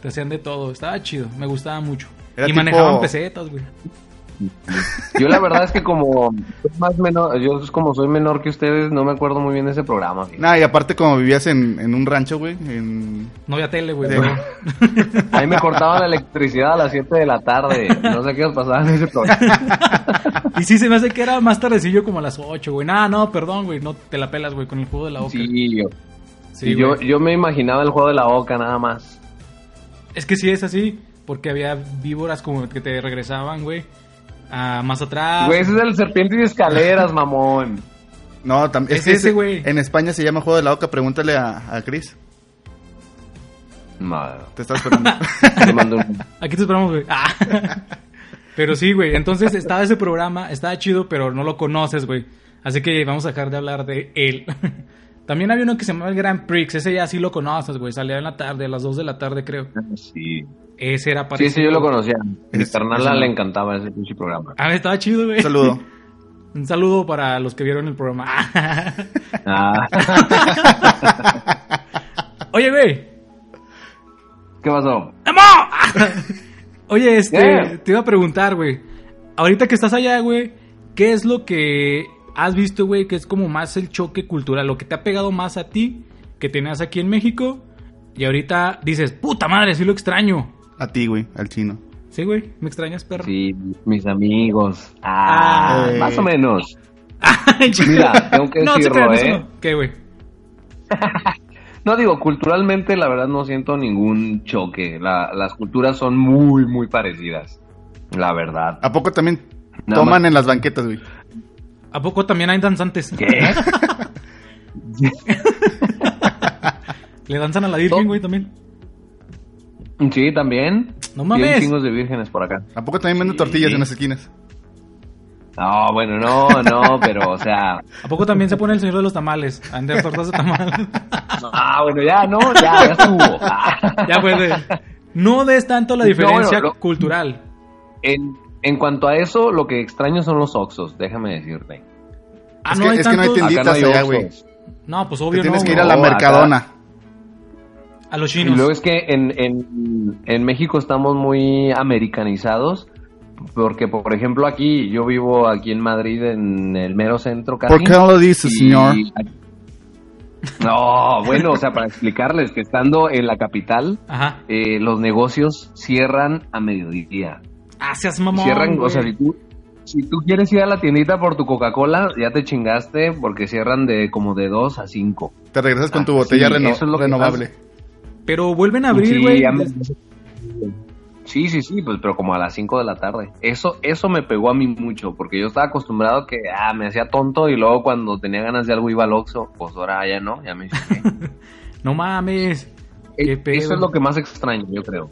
[SPEAKER 6] Te hacían de todo. Estaba chido, me gustaba mucho.
[SPEAKER 5] Era
[SPEAKER 6] y
[SPEAKER 5] tipo-
[SPEAKER 6] manejaban pesetas, güey.
[SPEAKER 4] Yo la verdad es que como soy más menor, yo como soy menor que ustedes, no me acuerdo muy bien de ese programa. fíjate.
[SPEAKER 5] Nah, y aparte, como vivías en, en un rancho, güey, en...
[SPEAKER 6] No había tele, güey.
[SPEAKER 5] Sí.
[SPEAKER 6] pero-
[SPEAKER 4] A mí me cortaban la electricidad a las 7 de la tarde. No sé qué os pasaba en ese programa.
[SPEAKER 6] Y sí, se me hace que era más tardecillo como a las 8, güey. Nah, no, perdón, güey. No te la pelas, güey, con el juego de la boca.
[SPEAKER 4] Sí, yo,
[SPEAKER 6] Sí,
[SPEAKER 4] y yo,
[SPEAKER 6] güey.
[SPEAKER 4] yo me imaginaba el juego de la boca nada más.
[SPEAKER 6] Es que sí es así, porque había víboras como que te regresaban, güey. a más atrás.
[SPEAKER 4] Güey, ese es el serpiente y escaleras, mamón.
[SPEAKER 5] No, también...
[SPEAKER 6] Es ese, güey.
[SPEAKER 5] En España se llama Juego de la Oca, pregúntale a, a Chris.
[SPEAKER 4] Madre.
[SPEAKER 5] Te estás esperando.
[SPEAKER 4] Te mando un-
[SPEAKER 6] Aquí te esperamos, güey. Ah. Pero sí, güey. Entonces estaba ese programa, estaba chido, pero no lo conoces, güey. Así que vamos a dejar de hablar de él. También había uno que se llamaba el Grand Prix. Ese ya sí lo conoces, güey. Salía en la tarde, a las 2 de la tarde, creo.
[SPEAKER 4] Sí.
[SPEAKER 6] Ese era para.
[SPEAKER 4] sí, sí, yo lo conocía. Mi
[SPEAKER 5] Es-
[SPEAKER 4] carnala
[SPEAKER 5] es-
[SPEAKER 4] le encantaba ese pinche programa.
[SPEAKER 6] Ah, estaba chido, güey.
[SPEAKER 5] Un saludo.
[SPEAKER 6] Un saludo para los que vieron el programa.
[SPEAKER 4] Ah.
[SPEAKER 6] Oye, güey.
[SPEAKER 4] ¿Qué pasó?
[SPEAKER 6] Oye, este,
[SPEAKER 4] Yeah.
[SPEAKER 6] te iba a preguntar, güey. Ahorita que estás allá, güey, ¿qué es lo que has visto, güey, que es como más el choque cultural, lo que te ha pegado más a ti que tenías aquí en México? Y ahorita dices, puta madre, sí lo extraño.
[SPEAKER 5] A ti, güey, al chino.
[SPEAKER 6] Sí, güey, me extrañas, perro.
[SPEAKER 4] Sí, mis amigos. Ah,
[SPEAKER 5] Ah.
[SPEAKER 4] más o menos.
[SPEAKER 6] Ay, chico.
[SPEAKER 4] Mira, tengo que
[SPEAKER 6] no, sí,
[SPEAKER 4] decirlo,
[SPEAKER 6] claro, eso
[SPEAKER 4] ¿eh?
[SPEAKER 6] no. ¿Qué, güey?
[SPEAKER 4] No digo, culturalmente la verdad no siento ningún choque. La- las culturas son muy, muy parecidas. La verdad.
[SPEAKER 5] ¿A poco también
[SPEAKER 4] Nada
[SPEAKER 5] toman
[SPEAKER 4] más.
[SPEAKER 5] en las banquetas, güey?
[SPEAKER 6] ¿A poco también hay danzantes?
[SPEAKER 4] ¿Qué?
[SPEAKER 6] ¿Le danzan a la Virgen, güey, también?
[SPEAKER 4] Sí, también.
[SPEAKER 6] No
[SPEAKER 4] Sí, hay
[SPEAKER 6] mames.
[SPEAKER 4] chingos de vírgenes por acá.
[SPEAKER 5] ¿A poco también venden tortillas
[SPEAKER 4] Sí.
[SPEAKER 5] en las esquinas?
[SPEAKER 4] No, bueno, no, no, pero o sea.
[SPEAKER 6] ¿A poco también se pone el señor de los tamales? A vender tortas de tamal.
[SPEAKER 4] Ah, bueno, ya, no, ya, ya estuvo. Ah.
[SPEAKER 6] ya, pues, güey. No des tanto la
[SPEAKER 4] No,
[SPEAKER 6] diferencia
[SPEAKER 4] bueno, lo-
[SPEAKER 6] cultural.
[SPEAKER 4] En, en cuanto a eso, lo que extraño son los oxos, déjame decirte.
[SPEAKER 6] Ah,
[SPEAKER 5] es
[SPEAKER 6] no
[SPEAKER 5] que,
[SPEAKER 6] hay
[SPEAKER 5] es que no hay
[SPEAKER 6] tantos-
[SPEAKER 5] tienditas
[SPEAKER 4] Acá no hay
[SPEAKER 5] allá,
[SPEAKER 4] Oxxos.
[SPEAKER 5] güey.
[SPEAKER 6] No, pues
[SPEAKER 5] Te
[SPEAKER 6] obvio
[SPEAKER 5] tienes
[SPEAKER 6] no.
[SPEAKER 5] que ir
[SPEAKER 6] güey.
[SPEAKER 5] a la
[SPEAKER 4] no,
[SPEAKER 5] mercadona.
[SPEAKER 6] A los
[SPEAKER 4] Y
[SPEAKER 6] chinos.
[SPEAKER 4] luego es que en, en, en México estamos muy americanizados, porque por ejemplo aquí, yo vivo aquí en Madrid, en el mero centro casi.
[SPEAKER 5] ¿Por qué no lo dice,
[SPEAKER 4] y-
[SPEAKER 5] señor?
[SPEAKER 4] No, bueno, o sea, para explicarles que estando en la capital,
[SPEAKER 6] Ajá.
[SPEAKER 4] eh, los negocios cierran a mediodía.
[SPEAKER 6] Ah, seas mamón.
[SPEAKER 4] cierran, o
[SPEAKER 6] güey.
[SPEAKER 4] sea, si tú, si tú quieres ir a la tiendita por tu Coca-Cola, ya te chingaste porque cierran de como de 2 a 5.
[SPEAKER 5] Te regresas con tu
[SPEAKER 4] Ah,
[SPEAKER 5] botella
[SPEAKER 4] sí,
[SPEAKER 5] reno-
[SPEAKER 4] eso es lo que
[SPEAKER 5] renovable.
[SPEAKER 6] Pero vuelven a abrir,
[SPEAKER 4] Sí,
[SPEAKER 6] güey.
[SPEAKER 4] ya me- Sí, sí, sí, pues, pero como a las 5 de la tarde. Eso, eso me pegó a mí mucho, porque yo estaba acostumbrado que ah, me hacía tonto y luego cuando tenía ganas de algo iba al Oxxo, pues ahora ya no, ya me chingué.
[SPEAKER 6] No mames. Qué
[SPEAKER 4] Eh,
[SPEAKER 6] pedo.
[SPEAKER 4] Eso es lo que más extraño, yo creo.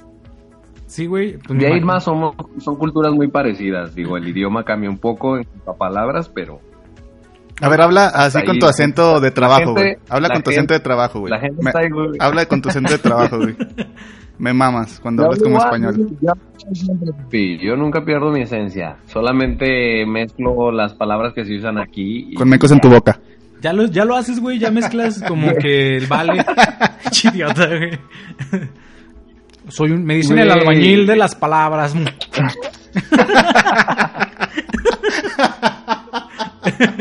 [SPEAKER 6] Sí, güey. pues me
[SPEAKER 4] De ahí
[SPEAKER 6] imagino.
[SPEAKER 4] más somos, son culturas muy parecidas. Digo, el idioma cambia un poco en cuanto a palabras, pero
[SPEAKER 5] A ver, habla así
[SPEAKER 4] Ahí,
[SPEAKER 5] con tu acento de trabajo,
[SPEAKER 4] gente-
[SPEAKER 5] güey. Habla
[SPEAKER 4] la
[SPEAKER 5] con tu
[SPEAKER 4] gente-
[SPEAKER 5] acento de trabajo, güey.
[SPEAKER 4] la gente
[SPEAKER 5] Me-
[SPEAKER 4] está ahí, güey.
[SPEAKER 5] Habla con tu acento de trabajo, güey. Me mamas cuando
[SPEAKER 4] Yo
[SPEAKER 5] hablas como
[SPEAKER 4] igual,
[SPEAKER 5] español.
[SPEAKER 4] yo- yo siempre, papi, Yo nunca pierdo mi esencia. Solamente mezclo las palabras que se usan aquí. y-
[SPEAKER 5] Con mecos en tu boca.
[SPEAKER 6] Ya lo, ya lo haces, güey. Ya mezclas como que el vale. Chidiota, güey. Soy un, me dicen el
[SPEAKER 4] Güey.
[SPEAKER 6] albañil de las palabras.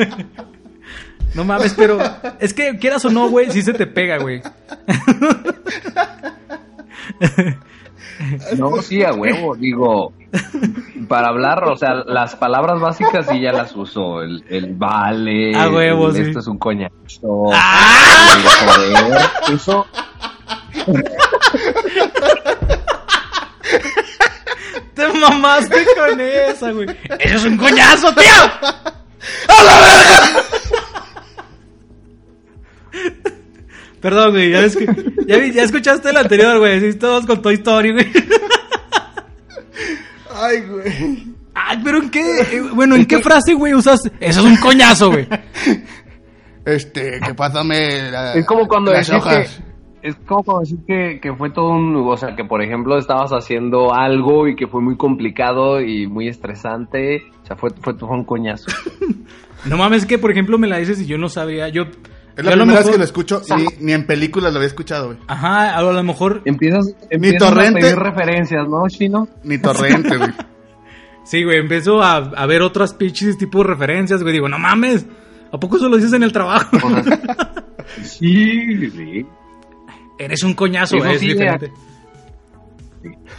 [SPEAKER 6] No mames, pero es que quieras o no, güey, sí se te pega, güey.
[SPEAKER 4] No, sí, a huevo. Digo, para hablar, o sea, las palabras básicas sí ya las uso. El, el vale.
[SPEAKER 6] A huevo,
[SPEAKER 4] el
[SPEAKER 6] sí. Ah.
[SPEAKER 4] Esto es un coñazo. el joder, Eso.
[SPEAKER 6] Te mamaste con esa, güey.
[SPEAKER 1] ¡Eso es un coñazo, tío!
[SPEAKER 6] Perdón, güey. Ya, ves que- ya, vi- ya escuchaste el anterior, güey. Sí, todos con Toy Story, güey.
[SPEAKER 5] Ay, güey.
[SPEAKER 6] Ay, pero ¿en qué? eh, Bueno, ¿en qué frase, güey, usas? Eso es un coñazo, güey.
[SPEAKER 5] Este, que pásame la-
[SPEAKER 4] Es como cuando
[SPEAKER 5] las
[SPEAKER 4] decís
[SPEAKER 5] hojas.
[SPEAKER 4] que, es como cuando decís que, que fue todo un, o sea, que por ejemplo estabas haciendo algo y que fue muy complicado y muy estresante, o sea, fue, fue todo un coñazo.
[SPEAKER 6] No mames, que por ejemplo me la dices y yo no sabría. Yo.
[SPEAKER 5] Es
[SPEAKER 6] yo
[SPEAKER 5] la
[SPEAKER 6] a lo
[SPEAKER 5] primera vez
[SPEAKER 6] mejor-
[SPEAKER 5] que lo escucho y
[SPEAKER 4] Ah.
[SPEAKER 5] ni, ni en películas lo había escuchado, güey.
[SPEAKER 6] Ajá, a lo mejor.
[SPEAKER 4] Empiezas, empiezas
[SPEAKER 5] torrente.
[SPEAKER 4] a pedir referencias, ¿no, Chino?
[SPEAKER 5] Ni torrente, güey.
[SPEAKER 6] Sí, güey, empiezo a, a ver otras pinches tipo de referencias, güey. Digo, no mames. ¿A poco eso lo dices en el trabajo?
[SPEAKER 4] O sea, sí, sí.
[SPEAKER 6] Eres un coñazo,
[SPEAKER 4] Eso
[SPEAKER 6] güey. Es
[SPEAKER 4] sí,
[SPEAKER 6] diferente.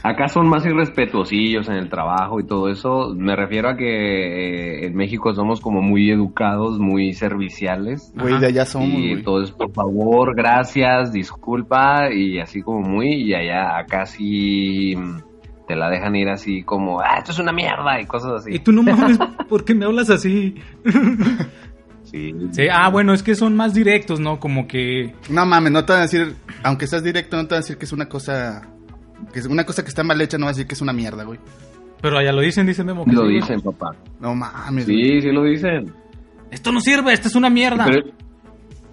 [SPEAKER 4] Acá son más irrespetuosillos en el trabajo y todo eso. Me refiero a que eh, en México somos como muy educados, muy serviciales.
[SPEAKER 5] Güey, de allá somos,
[SPEAKER 4] y
[SPEAKER 5] güey.
[SPEAKER 4] entonces, por favor, gracias, disculpa, y así como muy, y allá acá sí mm, te la dejan ir así como, ah, esto es una mierda, y cosas así.
[SPEAKER 6] Y tú no mames, ¿por qué me hablas así?
[SPEAKER 4] Sí.
[SPEAKER 6] Sí, ah, bueno, es que son más directos, ¿no? Como que.
[SPEAKER 5] No mames, no te van a decir, aunque seas directo, no te van a decir que es una cosa. Que es una cosa que está mal hecha, no va a decir que es una mierda, güey.
[SPEAKER 6] Pero allá lo dicen, dicen Memo. que sí,
[SPEAKER 4] Lo
[SPEAKER 6] güey.
[SPEAKER 4] dicen, papá.
[SPEAKER 5] No mames, güey.
[SPEAKER 4] Sí, sí lo dicen.
[SPEAKER 6] Esto no sirve, esto es una mierda.
[SPEAKER 4] Pero-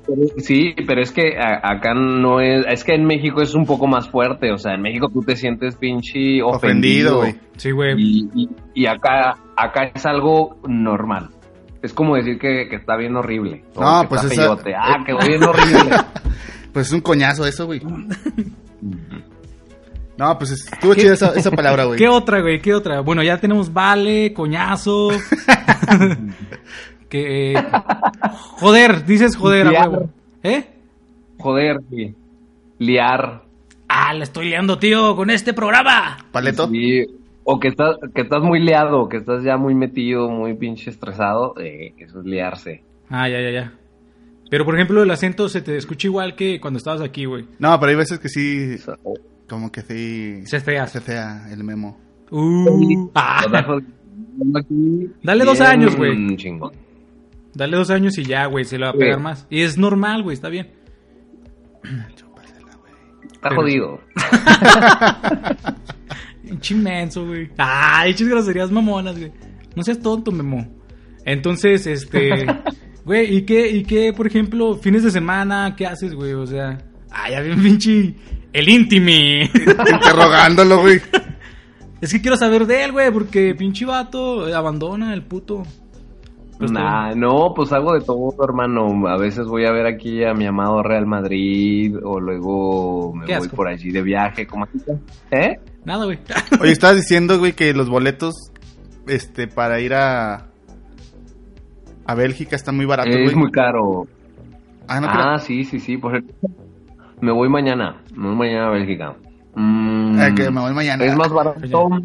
[SPEAKER 4] pero- sí, pero es que a- acá no es, es que en México es un poco más fuerte, o sea, en México tú te sientes pinche ofendido,
[SPEAKER 5] Ofendido, güey.
[SPEAKER 6] Sí, güey.
[SPEAKER 4] Y, y- y acá, acá es algo normal. Es como decir que, que está bien horrible. o
[SPEAKER 5] No,
[SPEAKER 4] que
[SPEAKER 5] pues
[SPEAKER 4] está
[SPEAKER 5] esa-
[SPEAKER 4] feyote. Ah, quedó bien horrible.
[SPEAKER 5] Pues es un coñazo eso, güey. No, pues estuvo chida esa, esa palabra, güey.
[SPEAKER 6] ¿Qué otra, güey? ¿Qué otra? Bueno, ya tenemos vale, coñazo. que. Joder, dices joder, a
[SPEAKER 4] Liar.
[SPEAKER 6] huevo. ¿Eh?
[SPEAKER 4] Joder, sí. liar.
[SPEAKER 1] Ah, la estoy liando, tío, con este programa.
[SPEAKER 5] Paleto.
[SPEAKER 4] Sí. O que estás, que estás muy liado, que estás ya muy metido, muy pinche estresado. eh, eso es liarse.
[SPEAKER 6] Ah, ya, ya, ya. Pero por ejemplo, el acento se te escucha igual que cuando estabas aquí, güey.
[SPEAKER 5] No, pero hay veces que sí,
[SPEAKER 4] Eso- oh. o-
[SPEAKER 5] como que sí.
[SPEAKER 6] Se fea.
[SPEAKER 5] Se fea el memo.
[SPEAKER 6] Uh, ah.
[SPEAKER 4] o sea, eso-
[SPEAKER 6] Dale dos
[SPEAKER 4] Bien
[SPEAKER 6] años, güey.
[SPEAKER 4] chingón.
[SPEAKER 6] Dale dos años y ya, güey, se le va a pegar
[SPEAKER 4] Sí.
[SPEAKER 6] más. Y es normal, güey, está bien.
[SPEAKER 4] Está
[SPEAKER 6] Pero-
[SPEAKER 4] jodido.
[SPEAKER 6] Pinche inmenso, güey. Ah, hechas groserías mamonas, güey. No seas tonto, Memo. Entonces, este. Güey, ¿y qué, ¿y qué, por ejemplo, fines de semana, qué haces, güey? O sea. Ah, ya bien, pinche. El íntimi.
[SPEAKER 5] Interrogándolo, güey.
[SPEAKER 6] es que quiero saber de él, güey, porque pinche vato eh, abandona el puto. Pero Pues está bien.
[SPEAKER 4] Nah, no, pues hago de todo, hermano. A veces voy a ver aquí a mi amado Real Madrid o luego me
[SPEAKER 6] Qué
[SPEAKER 4] voy
[SPEAKER 6] asco.
[SPEAKER 4] por allí de viaje, como así. ¿Eh?
[SPEAKER 6] Nada, güey.
[SPEAKER 5] Oye, estabas diciendo, güey, que los boletos este, para ir a. A Bélgica están muy baratos,
[SPEAKER 4] es
[SPEAKER 5] Ah, pues güey.
[SPEAKER 4] muy caro.
[SPEAKER 5] Ah, no,
[SPEAKER 4] ah,
[SPEAKER 5] pero-
[SPEAKER 4] sí, sí, sí. Por ejemplo, me voy mañana. Me voy mañana a Bélgica. Mm,
[SPEAKER 5] Ah, que me voy mañana.
[SPEAKER 4] Es más barato.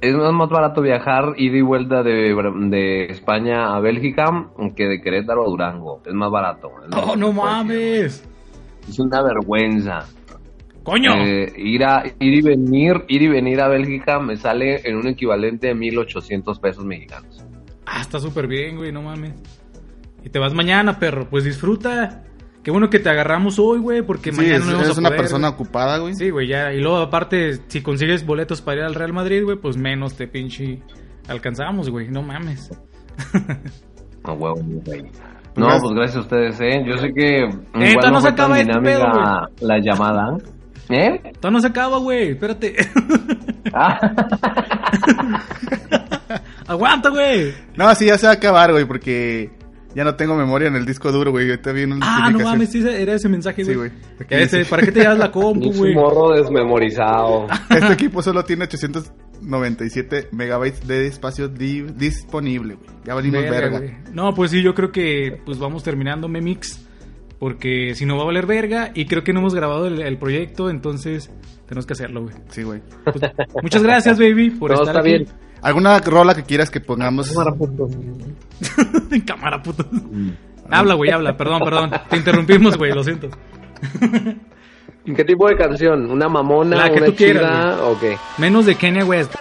[SPEAKER 4] Es más, más barato viajar ida y vuelta de, Bra- de España a Bélgica que de Querétaro a Durango. Es más barato. es lo
[SPEAKER 6] No,
[SPEAKER 4] que
[SPEAKER 6] Oh, no
[SPEAKER 4] te puedo decir.
[SPEAKER 6] mames.
[SPEAKER 4] Es una vergüenza.
[SPEAKER 1] Coño.
[SPEAKER 4] Eh, ir, a, ir y venir, ir y venir a Bélgica me sale en un equivalente de 1800 pesos mexicanos.
[SPEAKER 6] Ah, está súper bien, güey, no mames. Y te vas mañana, perro. Pues disfruta. Qué bueno que te agarramos hoy, güey, porque
[SPEAKER 5] Sí,
[SPEAKER 6] mañana
[SPEAKER 5] es,
[SPEAKER 6] no vamos
[SPEAKER 5] eres
[SPEAKER 6] a
[SPEAKER 5] una
[SPEAKER 6] poder,
[SPEAKER 5] persona
[SPEAKER 6] güey.
[SPEAKER 5] ocupada, güey.
[SPEAKER 6] Sí, güey, ya. Y luego, aparte, si consigues boletos para ir al Real Madrid, güey, pues menos te pinche alcanzamos, güey. No mames.
[SPEAKER 4] A huevo, mi rey. No,
[SPEAKER 5] Gracias.
[SPEAKER 4] pues gracias a ustedes, ¿eh? Yo sé que
[SPEAKER 6] todavía
[SPEAKER 4] igual
[SPEAKER 6] no
[SPEAKER 4] no
[SPEAKER 6] se
[SPEAKER 4] fue tan
[SPEAKER 6] acaba este
[SPEAKER 4] dinámica
[SPEAKER 6] pedo,
[SPEAKER 4] la llamada. ¿Eh?
[SPEAKER 6] Todavía no se acaba, güey. Espérate.
[SPEAKER 4] Ah,
[SPEAKER 6] Aguanta, güey.
[SPEAKER 5] No, sí, ya se va a acabar, güey, porque ya no tengo memoria en el disco duro, güey. Ahorita vi una
[SPEAKER 6] Ah, no
[SPEAKER 5] notificación.
[SPEAKER 6] mames, sí, era ese mensaje,
[SPEAKER 5] Sí,
[SPEAKER 6] güey.
[SPEAKER 5] güey.
[SPEAKER 6] Que ese, ¿Para qué te llevas la compu, güey?
[SPEAKER 4] morro desmemorizado.
[SPEAKER 5] Este equipo solo tiene 897 megabytes de espacio di- disponible, güey. Ya valimos verga.
[SPEAKER 6] Verga, güey. No, pues sí, yo creo que pues vamos terminando Memix. Porque si no va a valer verga. Y creo que no hemos grabado el, el proyecto. Entonces tenemos que hacerlo, güey.
[SPEAKER 5] Sí, güey.
[SPEAKER 6] Pues, muchas gracias, baby, por
[SPEAKER 4] Todo
[SPEAKER 6] estar
[SPEAKER 4] está
[SPEAKER 6] aquí.
[SPEAKER 5] ¿Alguna rola que quieras que pongamos?
[SPEAKER 6] En cámara, puto.
[SPEAKER 4] Mm.
[SPEAKER 6] habla, güey, habla. Perdón, perdón. Te interrumpimos, güey, lo siento.
[SPEAKER 4] ¿Qué tipo de canción? ¿Una mamona?
[SPEAKER 6] La que una tú quieras, chida?
[SPEAKER 4] ¿O qué?
[SPEAKER 6] Menos de Kenia West.